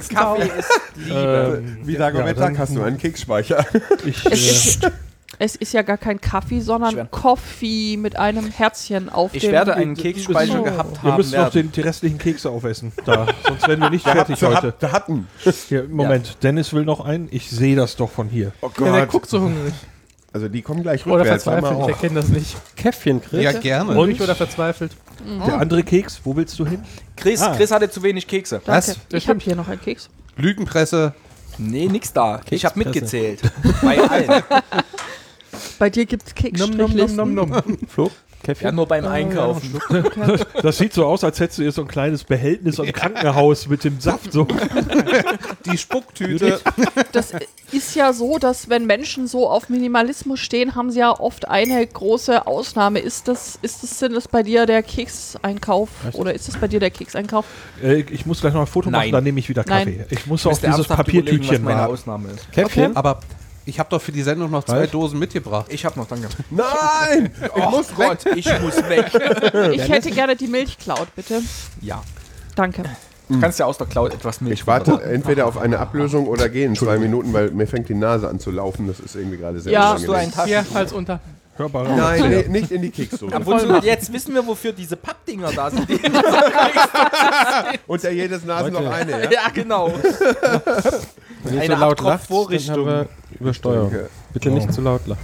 ist Liebe.
Ähm,
Wie Dagobert
Ja, dann-
sagt, hast du einen Keksspeicher.
Ich,
es,
äh,
ist, es ist ja gar kein Kaffee,
Ich
sondern
werd-
Koffee mit einem Herzchen auf
Ich
dem.
werde einen Keksspeicher
Oh.
gehabt
Wir
haben
müssen noch
werden.
den, die restlichen Kekse aufessen. Da. Sonst werden wir nicht fertig
Da
heute.
hab- da hatten.
Hier, Moment, Dennis will noch einen. Ich sehe das doch von hier.
Oh
Ja, der guckt so hungrig.
Also die kommen gleich
Oder
rückwärts. hör mal
verzweifelt, der
auf.
kennt das nicht.
Käffchen kriegst.
ja, gerne.
Hungrig oder verzweifelt.
Mhm.
Der andere Keks, wo willst du hin?
Chris,
Ah.
Chris hatte zu wenig Kekse.
Danke.
Was?
Ich habe hier noch einen Keks.
Lügenpresse.
Nee, nix da. ich habe
Kekspresse.
mitgezählt. Bei allen.
Bei dir gibt's Keksstrichlisten.
nom. Flo,
Ja,
Käffchen.
nur beim Einkaufen.
Ah, Das sieht so aus, als hättest du hier so ein kleines Behältnis am Krankenhaus mit dem Saft. So.
Die Spucktüte.
Das ist ja so, dass wenn Menschen so auf Minimalismus stehen, haben sie ja oft eine große Ausnahme. Ist das, ist das Sinn, ist bei dir der Kekseinkauf oder ist das bei dir der Kekseinkauf?
Äh, ich muss gleich noch ein Foto
Nein.
machen, dann nehme ich wieder
Nein.
Kaffee. Ich muss
Du
auf
musst dir
dieses
ernsthaft überlegen,
Papiertütchen
was meine
warten.
Ausnahme ist.
Käffchen.
Aber Ich habe doch für die Sendung noch zwei Dosen mitgebracht.
Ich habe noch, danke.
Nein! Ich
oh
muss weg.
Gott, ich muss weg.
Ich hätte gerne die Milchcloud, bitte.
Ja.
Danke.
Du kannst ja aus der Cloud etwas Milch
Hm. Ich warte entweder auf eine Ablösung oder gehe in zwei Minuten, weil mir fängt die Nase an zu laufen. Das ist irgendwie gerade sehr
Ja.
Hast du einen
unangenehm.
Taschen?
Hier, Hals unter.
Hörbare
Nein, nee, nicht in die Keksdose.
Obwohl, jetzt wissen wir, wofür diese Pappdinger da sind.
Unter jedes Nasen noch eine, ja?
ja, genau.
Wenn ihr
Eine
so laut
Abtropf-
lacht,
Vorrichtung.
dann haben wir Übersteuerung. Bitte nicht zu laut lachen.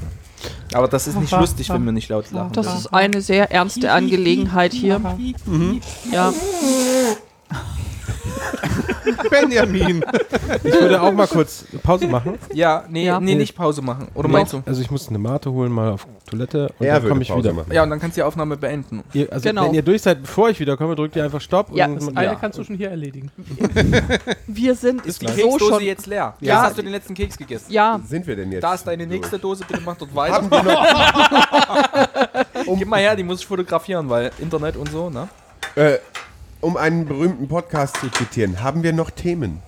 Aber das ist nicht lustig, wenn wir nicht laut lachen.
Das ist eine sehr ernste Angelegenheit hier.
Mhm.
Ja.
Benjamin!
Ich würde auch mal kurz Pause machen.
Ja, nee,
Ja.
nee, nicht Pause machen. Oder meinst du?
Also ich muss eine Mate holen, mal auf Toilette und
Er
dann
würde
komme ich
Pause
wieder.
machen.
Ja, und dann kannst du die Aufnahme beenden.
Ihr, also
Genau.
wenn ihr durch seid, bevor ich wiederkomme, drückt ihr einfach Stopp.
Ja,
und
das
man,
Eine
ja.
kannst du schon hier erledigen.
Wir sind
Ist die
so
Keksdose
schon.
jetzt leer?
Ja.
Jetzt hast du den letzten Keks gegessen.
Ja,
Sind wir denn jetzt?
Da ist deine nächste Dose, bitte mach dort weiter.
Haben Um wir noch,
Gib mal her, die muss ich fotografieren, weil Internet und so, ne?
äh, um einen berühmten Podcast zu zitieren, haben wir noch Themen?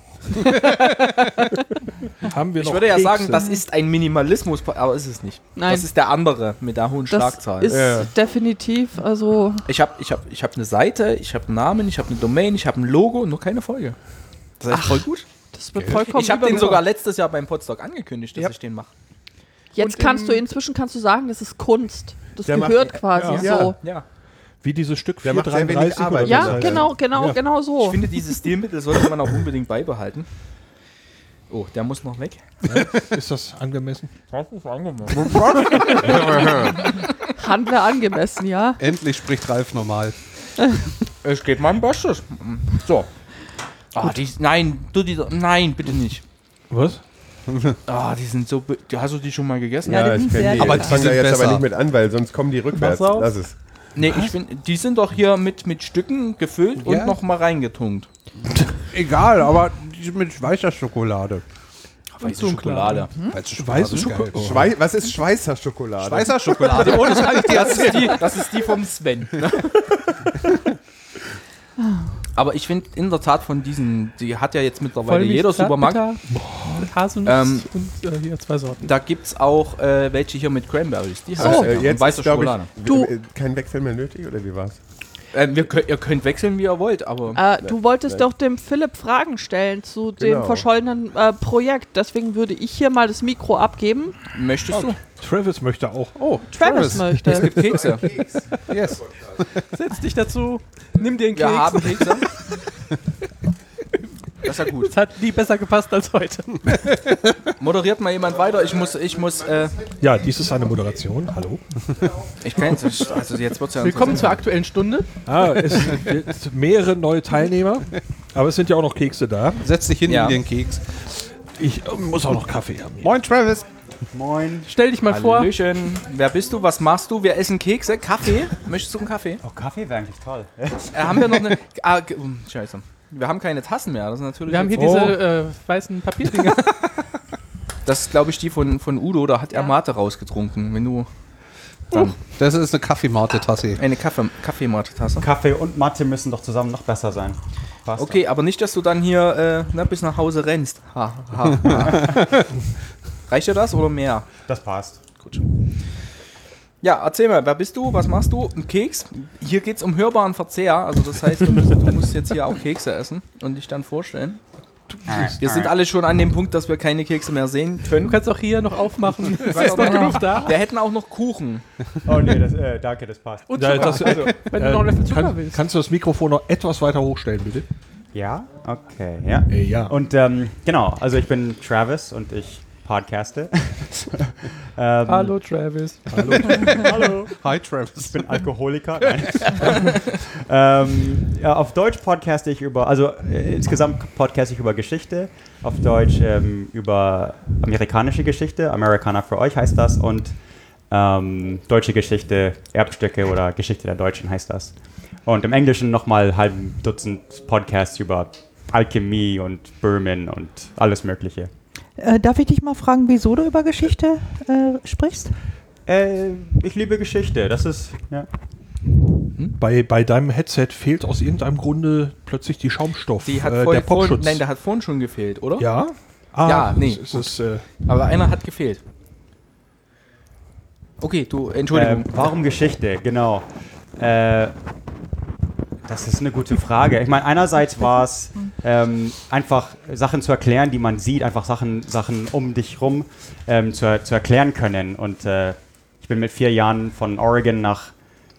Haben wir
Ich
noch
würde ja
Kekse?
sagen, das ist ein Minimalismus, aber ist es nicht.
Nein.
Das ist der andere mit der hohen
das
Schlagzahl.
ist definitiv, also
ich habe ich hab, ich hab eine Seite, ich habe einen Namen, ich habe eine Domain, ich habe ein Logo und nur keine Folge. Das ist echt voll gut.
das wird vollkommen
ich habe den
überbewertet.
sogar letztes Jahr beim Podstock angekündigt, dass ich den mache.
Jetzt kannst du inzwischen kannst du sagen, das ist Kunst. Das
Der macht-
gehört quasi
Ja.
so.
Ja.
Wie dieses Stück
Der macht sehr wenig
433
Arbeit. halt-
oder
Ja,
was das heißt.
genau, genau,
Ja.
genau
Ich
so.
finde, dieses Stilmittel sollte man auch unbedingt beibehalten. Oh, der muss noch weg.
Ist das angemessen?
Haben wir angemessen, ja.
Endlich spricht Ralf normal.
Es geht mein Bestes. So. Ah, die, nein, du, die, nein, bitte nicht.
Was?
Ah, die sind so. be- die- Hast du die schon mal gegessen?
Ja, die sind
kenn
sehr
die.
lecker.
Aber
ich
die
fange da
sind
jetzt aber
besser.
nicht mit an, weil sonst kommen die rückwärts.
Wasser auf?
Lass es.
Nee, ich bin. Die sind doch hier mit, mit Stücken gefüllt und
Ja.
noch mal reingetunkt.
Egal, aber die mit weißer Schokolade.
Weiße Schokolade.
Hm?
Weiße Schokolade. Weiße
Schwei Oh. was ist Schweißer Schokolade?
Weißer Schokolade.
Oh, das, kann ich dir- das, ist die, das ist die vom Sven. ne? Aber ich finde in der Tat von diesen, die hat ja jetzt mittlerweile
Vollmilch,
jeder
Zartbitter,
Supermarkt.
mit Haselnuss
Ähm,
und äh, hier zwei Sorten.
Da gibt es auch äh, welche hier mit Cranberries. Die
So.
ja.
Äh,
Und
jetzt
weiße
ist, glaub
Schokolade.
Ich,
Du-
w- w- Kein Wechsel mehr nötig oder wie war's?
Ähm, wir könnt, ihr könnt wechseln, wie ihr wollt, aber.
Ah,
Äh, du wolltest doch dem Philipp Fragen stellen zu
Genau.
dem verschollenen äh, Projekt. Deswegen würde ich hier mal das Mikro abgeben.
Möchtest du?
Oh, Travis möchte auch. Oh,
Travis,
Es
möchte.
gibt Kekse.
Yes.
Setz dich dazu, nimm den
Wir
Keks.
haben Kekse. Das ist ja gut.
Das hat nie besser gepasst als heute.
Moderiert mal jemand weiter. Ich muss, ich muss, äh,
ja, dies ist eine Moderation. Hallo.
ich kann jetzt, nicht- also jetzt wird's ja.
Willkommen zur aktuellen Stunde.
Ah, es sind mehrere neue Teilnehmer. Aber es sind ja auch noch Kekse da.
Setz dich hin
Ja.
in den Keks.
Ich äh, muss auch noch Kaffee haben.
Moin, Travis.
Stell dich mal vor.
Hallöchen. Wer bist du? Was machst du? Wir essen Kekse. Kaffee. Möchtest du einen Kaffee?
Oh, Kaffee wäre eigentlich toll.
Äh, haben wir noch eine. Ah, ge- um, scheiße. Wir haben keine Tassen mehr. Das ist natürlich.
Wir haben hier
jetzt-
diese äh, weißen Papierdinger.
das ist, glaube ich, die von, von Udo. Da hat er Mate rausgetrunken. Wenn du
Das ist eine Kaffeemate-Tasse.
eine Kaffee, Kaffeemate-Tasse.
Kaffee und Mathe müssen doch zusammen noch besser sein. Passt
Okay, aber nicht, dass du dann hier äh, ne, bis nach Hause rennst. Ha, ha, ha. Reicht dir das oder mehr?
doch. Das passt.
Ja, erzähl mal, wer bist du? Was machst du? Ein Keks? Hier geht's um hörbaren Verzehr. Also das heißt, du musst, du musst jetzt hier auch Kekse essen und dich dann vorstellen.
Ah.
Wir sind alle schon an dem Punkt, dass wir keine Kekse mehr sehen
Du
können.
kannst auch hier noch aufmachen. Es ist
aber-
noch genug da.
Wir hätten auch noch Kuchen.
Oh nee, das, äh, danke, das passt.
Und
Ja,
Zucker, Also,
das- äh, also,
wenn du noch einen Löffel Zucker willst.
Kannst du das Mikrofon noch etwas weiter hochstellen, bitte? Äh,
Ja? Okay, ja.
ja.
Und ähm, genau, also ich bin Travis und ich podcaste. ähm,
Hallo Travis.
Hi, Travis.
Ich bin Alkoholiker. Nein. ähm, ja, auf Deutsch podcaste ich über, also äh, insgesamt podcaste ich über Geschichte. Auf Deutsch ähm, über amerikanische Geschichte. Amerikaner für euch heißt das. Und ähm, deutsche Geschichte, Erbstücke oder Geschichte der Deutschen heißt das. Und im Englischen nochmal halben Dutzend Podcasts über Alchemie und Böhmen und alles Mögliche.
Äh, darf ich dich mal fragen, wieso du über Geschichte äh, sprichst?
Äh, ich liebe Geschichte. Das ist, ja.
Hm?
Bei, bei deinem Headset fehlt aus irgendeinem Grunde plötzlich die Schaumstoff,
Die hat
äh,
vorhin-
der Popschutz.
vorhin, nein, der hat vorhin schon gefehlt, oder?
ja, Ah,
ja, nee.
es
gut.
ist, äh,
Aber einer hat gefehlt. Okay, du, Entschuldigung.
Ähm, warum Geschichte? Genau. Äh, das ist eine gute Frage. Ich meine, einerseits war es ähm, einfach Sachen zu erklären, die man sieht, einfach Sachen, Sachen um dich rum ähm, zu, zu erklären können. Und äh, ich bin mit vier Jahren von Oregon nach,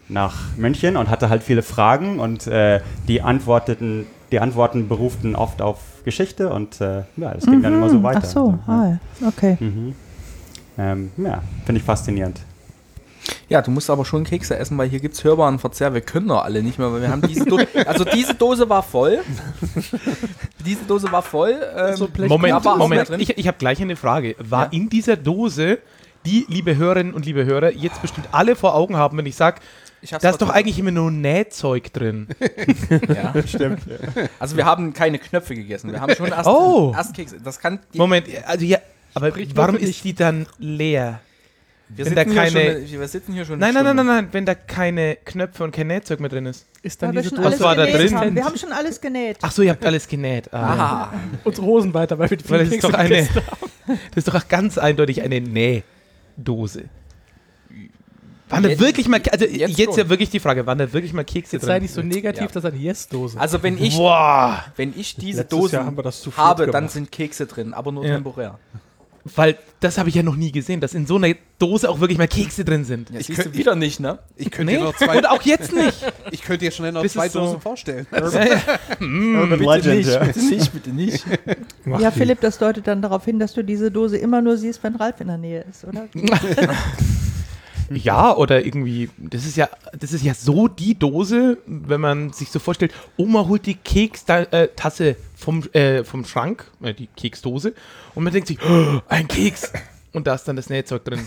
nach München und hatte halt viele Fragen und äh, die antworteten, die Antworten beruften oft auf Geschichte und äh, ja, das ging dann immer so
Mhm,
weiter.
Ach so, ah, ja. okay.
Mhm. Ähm, ja, finde ich faszinierend.
Ja, du musst aber schon Kekse essen, weil hier gibt es hörbaren Verzehr. Wir können doch alle nicht mehr, weil wir haben diese Dose. Also diese Dose war voll. diese Dose war voll. ähm, da
Moment,
war auch mehr
Moment.
drin.
Ich, ich habe gleich eine Frage. War in dieser Dose, die, liebe Hörerinnen und liebe Hörer, jetzt bestimmt alle vor Augen haben, wenn ich sage,
Ich hab's
da ist doch
verzogen.
eigentlich immer nur Nähzeug drin.
ja, stimmt. Also wir haben keine Knöpfe gegessen. Wir haben schon erst,
Oh.
erst Kekse. Das kann die-
Moment, also ja, aber
Spricht nur
warum
für
ist die dann leer?
Wir
Wenn
sitzen,
da
hier schon,
keine-
eine- wir sitzen hier schon.
Nein,
eine
nein, nein,
Stunde.
nein, nein, wenn da keine Knöpfe und kein Nähzeug mehr drin ist. Ist
Weil wir schon alles
Was war da
genäht
drin?
Haben. Wir haben schon alles genäht.
Ach so, ihr habt alles genäht.
Ah.
Unsere Hosen weiter, weil wir die
Weil das ist
Kekse
doch eine,
gegessen
das ist doch auch ganz eindeutig eine Nähdose. Waren da wirklich mal, also jetzt,
schon.
ja wirklich die Frage, waren da wirklich mal Kekse
Jetzt
drin?
sei nicht so negativ, dass er eine Yes-Dose
Also wenn ich,
Boah.
wenn ich diese
Letztes
Dosen
Jahr haben wir das zu viert
habe, dann
gemacht.
sind Kekse drin, aber nur
Ja.
temporär.
Weil das habe ich ja noch nie gesehen, dass in so einer Dose auch wirklich mal Kekse drin sind.
Ja, siehst du wieder nicht, ne?
Ich
könnte dir noch zwei-
Und auch jetzt nicht.
Ich könnte dir schnell noch
Das
zwei
ist so-
Dosen vorstellen.
Ja, ja. Mm,
Urban
bitte
Legend,
nicht,
ja.
bitte nicht, bitte nicht. Mach
ja,
die.
Philipp, das deutet dann darauf hin, dass du diese Dose immer nur siehst, wenn Ralf in der Nähe ist, oder?
Ja, oder irgendwie, das ist ja, das ist ja so die Dose, wenn man sich so vorstellt, Oma holt die Kekstasse vom, äh, vom Schrank, äh, die Keksdose, und man denkt sich, oh, ein Keks! Und da ist dann das Nähzeug drin.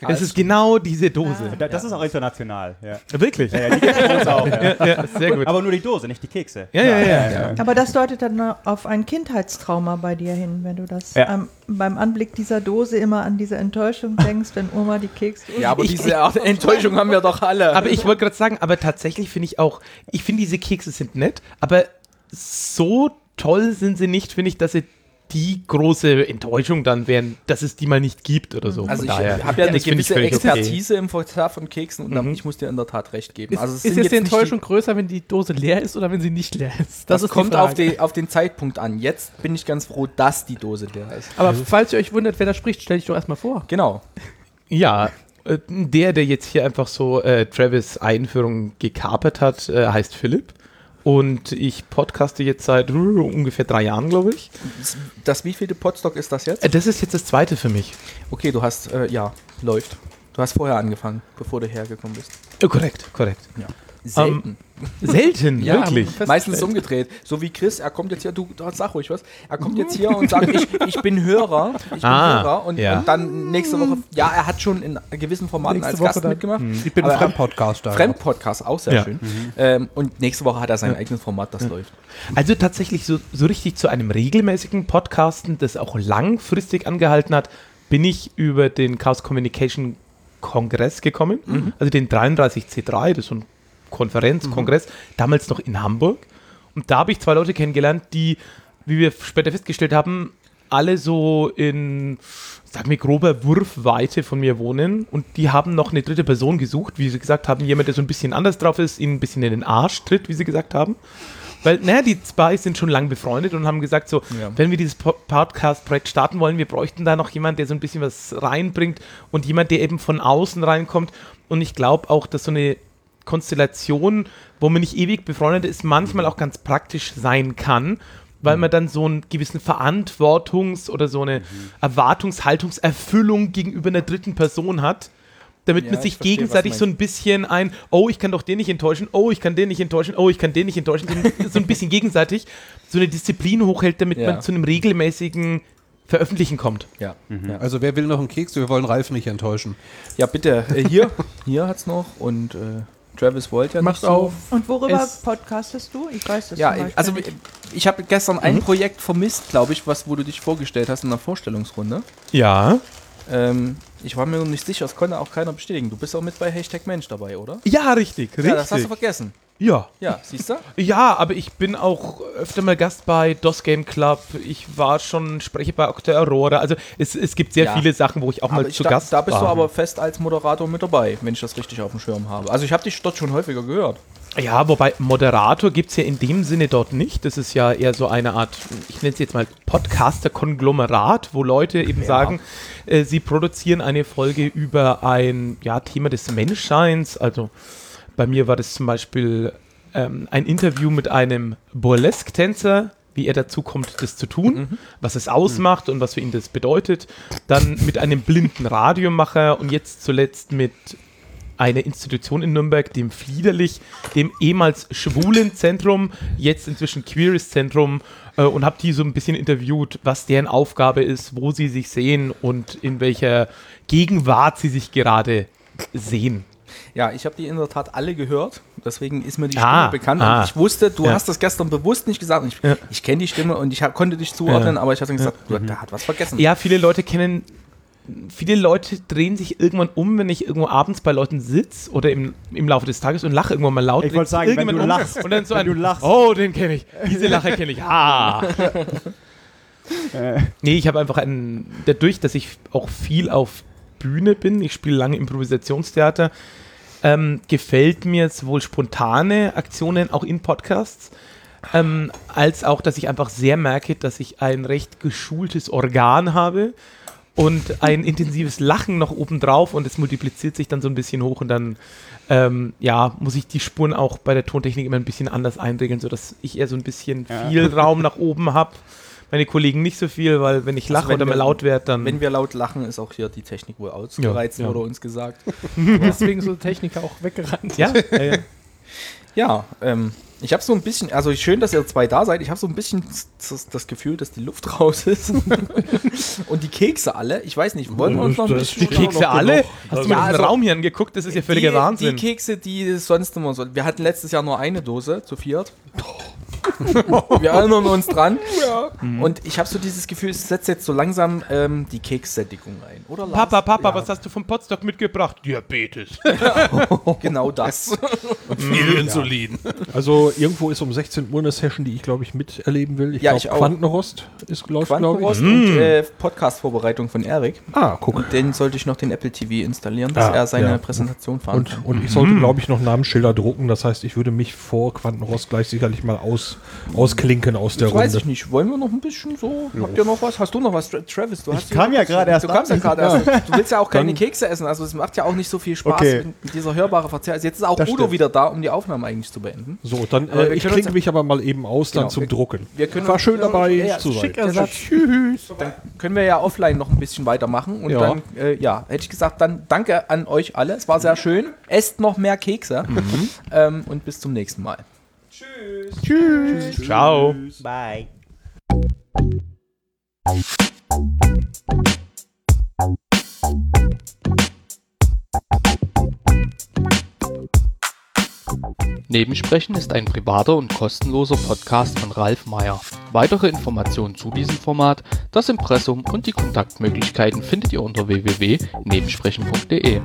das ist genau diese Dose.
Da- Das ist auch international. Ja.
Wirklich?
Ja, ja, die gibt's bei uns auch.
Ja, ja, sehr gut.
Aber nur die Dose, nicht die Kekse.
Ja, ja, ja, ja.
Aber das deutet dann auf ein Kindheitstrauma bei dir hin, wenn du das
Ja.
ähm, beim Anblick dieser Dose immer an diese Enttäuschung denkst, wenn Oma die Kekse.
Ja, aber diese Art Enttäuschung haben wir doch alle.
Aber ich wollte gerade sagen, aber tatsächlich finde ich auch, ich finde diese Kekse sind nett, aber so toll sind sie nicht, finde ich, dass sie die große Enttäuschung dann wären, dass es die mal nicht gibt oder so.
Also
Von
ich
daher,
habe ja eine
das finde ich
gewisse
völlig Mhm.
Expertise im Verzehr von Keksen und ich muss dir in der Tat recht geben.
Ist,
Also es
ist
sind
jetzt die
nicht die-
Enttäuschung größer, wenn die Dose leer ist oder wenn sie nicht leer ist?
Das,
ist die
kommt auf,
Frage.
die, auf den Zeitpunkt an. Jetzt bin ich ganz froh, dass die Dose leer ist.
Aber falls ihr euch wundert, wer da spricht, stell dich doch erstmal vor.
Genau.
Okay. Ja, äh, der, der jetzt hier einfach so äh, Travis Einführung gekapert hat, äh, heißt Philipp. Und ich podcaste jetzt seit uh, ungefähr drei Jahren, glaube ich.
Das wievielte Podstock ist das jetzt?
Äh, Das ist jetzt das zweite für mich.
Okay, du hast, äh, ja, läuft. Du hast vorher angefangen, bevor du hergekommen bist.
Äh, korrekt, korrekt.
Ja. Selten.
Ähm, selten,
Ja,
wirklich.
Meistens umgedreht. So wie Chris, er kommt jetzt hier, du du- sag ruhig was, er kommt jetzt hier und sagt, ich, ich bin Hörer, ich
Ah,
bin Hörer und,
ja.
und dann nächste Woche, ja, er hat schon in gewissen Formaten
Nächste
als
Woche
Gast
dann.
mitgemacht.
Mhm. Ich bin
aber er-
Fremdpodcaster.
Fremdpodcast, auch sehr
Ja.
schön.
Mhm.
Ähm, und nächste Woche hat er sein eigenes Format, das
Ja.
läuft.
Also tatsächlich so, so richtig zu einem regelmäßigen Podcasten, das auch langfristig angehalten hat, bin ich über den Chaos Communication Kongress gekommen,
Mhm.
also den 33C3, das ist so ein Konferenzkongress, damals noch in Hamburg. Und da habe ich zwei Leute kennengelernt, die, wie wir später festgestellt haben, alle so in, sag mir, grober Wurfweite von mir wohnen. Und die haben noch eine dritte Person gesucht, wie sie gesagt haben, jemand, der so ein bisschen anders drauf ist, ihnen ein bisschen in den Arsch tritt, wie sie gesagt haben. Weil, naja, die zwei sind schon lang befreundet und haben gesagt, so,
Ja.
wenn wir dieses Po- Podcast-Projekt starten wollen, wir bräuchten da noch jemand, der so ein bisschen was reinbringt und jemand, der eben von außen reinkommt. Und ich glaube auch, dass so eine Konstellation, wo man nicht ewig befreundet ist, manchmal auch ganz praktisch sein kann, weil
Mhm.
man dann so einen gewissen Verantwortungs- oder so eine Erwartungshaltungserfüllung gegenüber einer dritten Person hat, damit
Ja,
man
ich
sich
verstehe, was
gegenseitig so
meinst.
ein bisschen ein, oh, ich kann doch den nicht enttäuschen, oh, ich kann den nicht enttäuschen, oh, ich kann den nicht enttäuschen, so ein, so ein bisschen gegenseitig so eine Disziplin hochhält, damit
Ja.
man zu einem regelmäßigen Veröffentlichen kommt.
Ja.
Mhm.
Ja.
Also wer will noch einen Keks? Wir wollen Ralf nicht enttäuschen.
Ja, bitte, äh, hier, hier hat's noch und äh, Travis wollte ja nicht so.
Und worüber
Es-
podcastest du? Ich weiß das
Ja,
zum Beispiel
also
nicht.
ich habe gestern ein
Mhm.
Projekt vermisst, glaube ich, was wo du dich vorgestellt hast in der Vorstellungsrunde.
Ja.
Ähm, ich war mir noch nicht sicher, das konnte auch keiner bestätigen. Du bist auch mit bei Hashtag Mensch dabei, oder?
Ja, richtig, richtig.
Ja, das hast du vergessen.
Ja.
Ja, siehst du?
Ja, aber ich bin auch öfter mal Gast bei DOS Game Club. Ich war schon Sprecher bei Octa Aurora. Also es, es gibt sehr
Ja.
viele Sachen, wo ich auch
Aber
mal
ich
zu
da,
Gast
Da bist
war.
du aber fest als Moderator mit dabei, wenn ich das richtig auf dem Schirm habe. Also ich habe dich dort schon häufiger gehört.
Ja, wobei Moderator gibt es ja in dem Sinne dort nicht. Das ist ja eher so eine Art, ich nenne es jetzt mal Podcaster-Konglomerat, wo Leute eben
Ja.
sagen, äh, sie produzieren eine Folge über ein ja, Thema des Menschseins. Also bei mir war das zum Beispiel ähm, ein Interview mit einem Burlesque-Tänzer, wie er dazu kommt, das zu tun, was es ausmacht und was für ihn das bedeutet. Dann mit einem blinden Radiomacher und jetzt zuletzt mit eine Institution in Nürnberg, dem Fliederlich, dem ehemals schwulen Zentrum, jetzt inzwischen queeres Zentrum äh, und habe die so ein bisschen interviewt, was deren Aufgabe ist, wo sie sich sehen und in welcher Gegenwart sie sich gerade sehen.
Ja, ich habe die in der Tat alle gehört. Deswegen ist mir die
Ah,
Stimme bekannt.
ah.
und ich wusste, du
Ja.
hast das gestern bewusst nicht gesagt. Ich,
Ja.
ich kenne die Stimme und ich hab, konnte dich zuordnen,
Ja.
aber ich hatte gesagt,
Ja.
Mhm.
du, der hat was vergessen.
Ja, viele Leute kennen, viele Leute drehen sich irgendwann um, wenn ich irgendwo abends bei Leuten sitze oder im, im Laufe des Tages und lache irgendwann mal laut.
Ich wollte sagen, wenn
Irgendwann um
du lachst,
Und dann so
wenn
ein,
du lachst.
oh, den kenne ich. Diese Lache kenne ich. Ah.
Äh.
nee, ich habe einfach einen, dadurch, dass ich auch viel auf Bühne bin, ich spiele lange Improvisationstheater, ähm, gefällt mir sowohl spontane Aktionen auch in Podcasts, ähm, als auch, dass ich einfach sehr merke, dass ich ein recht geschultes Organ habe und ein intensives Lachen noch obendrauf und es multipliziert sich dann so ein bisschen hoch und dann ähm, ja, muss ich die Spuren auch bei der Tontechnik immer ein bisschen anders einregeln, sodass ich eher so ein bisschen
Ja.
viel Raum nach oben habe. Meine Kollegen nicht so viel, weil Also wenn ich lache
Also wenn
oder mal
wir-
laut werde, dann...
Wenn wir laut lachen, ist auch hier die Technik wohl ausgereizt,
Ja, ja.
wurde uns gesagt.
Deswegen so Techniker auch weggerannt.
Ja, ja, ja.
Ja, ähm, ich habe so ein bisschen, also schön, dass ihr zwei da seid. Ich habe so ein bisschen das, das Gefühl, dass die Luft raus ist. Und die Kekse alle, ich weiß nicht, wollen wir uns noch ein
Das-
bisschen
die Kekse alle? Hast du mal diesen
also
Raum hier angeguckt? Das ist ja völliger
die,
Wahnsinn.
Die Kekse, die es sonst immer so. Wir hatten letztes Jahr nur eine Dose zu viert. wir erinnern uns dran. Und ich habe so dieses Gefühl, es setzt jetzt so langsam ähm, die Kekssättigung ein. Oder Lars?
Papa, Papa,
Ja.
was hast du vom Potsdok mitgebracht? Diabetes.
genau das.
Und viel
Mhm. Ja.
Insulin.
Also irgendwo ist um 16 Uhr eine Session, die ich glaube ich miterleben will.
Ja,
glaub,
ich auch.
Quantenrost ist glaube ich. Mhm.
Quantenrost und äh, Podcast-Vorbereitung von Erik.
Ah, guck.
Und den sollte ich noch den Apple TV installieren, dass
Ah,
er seine
ja.
Präsentation fahren
und,
kann.
und ich
Mhm.
sollte, glaube ich, noch Namensschilder drucken. Das heißt, ich würde mich vor Quantenrost gleich sicherlich mal aus, ausklinken aus der
Das
Runde.
weiß ich nicht. Wollen wir noch ein bisschen so?
Ja.
Habt ihr noch was? Hast du noch was, Tra- Travis? Du
Ich
hast hier
kam
noch
ja
was?
gerade erst
Du kamst ja
an.
gerade
Ja.
erst. Du willst ja auch keine
Dann-
Kekse essen. Also es macht ja auch nicht so viel Spaß
Okay.
mit dieser hörbare Verzehr. Also jetzt ist auch
Das
Udo
stimmt.
wieder da, um die Aufnahme eigentlich zu beenden.
So, dann
Aber
äh,
wir
ich
können
klinke
uns-
mich aber mal eben aus dann
Genau.
zum
Wir-
Drucken.
Wir können genau
War schön dabei zu sein.
Schicker Satz. Tschüss. also Dann können wir ja offline noch ein bisschen weitermachen. Und
Ja.
dann, äh, ja, hätte ich gesagt, dann danke an euch alle. Es war sehr schön. Esst noch mehr Kekse.
Mhm.
Ähm, und bis zum nächsten Mal.
Tschüss. Ciao.
Bye.
Nebensprechen ist ein privater und kostenloser Podcast von Ralf Meyer. Weitere Informationen zu diesem Format, das Impressum und die Kontaktmöglichkeiten findet ihr unter www.nebensprechen.de.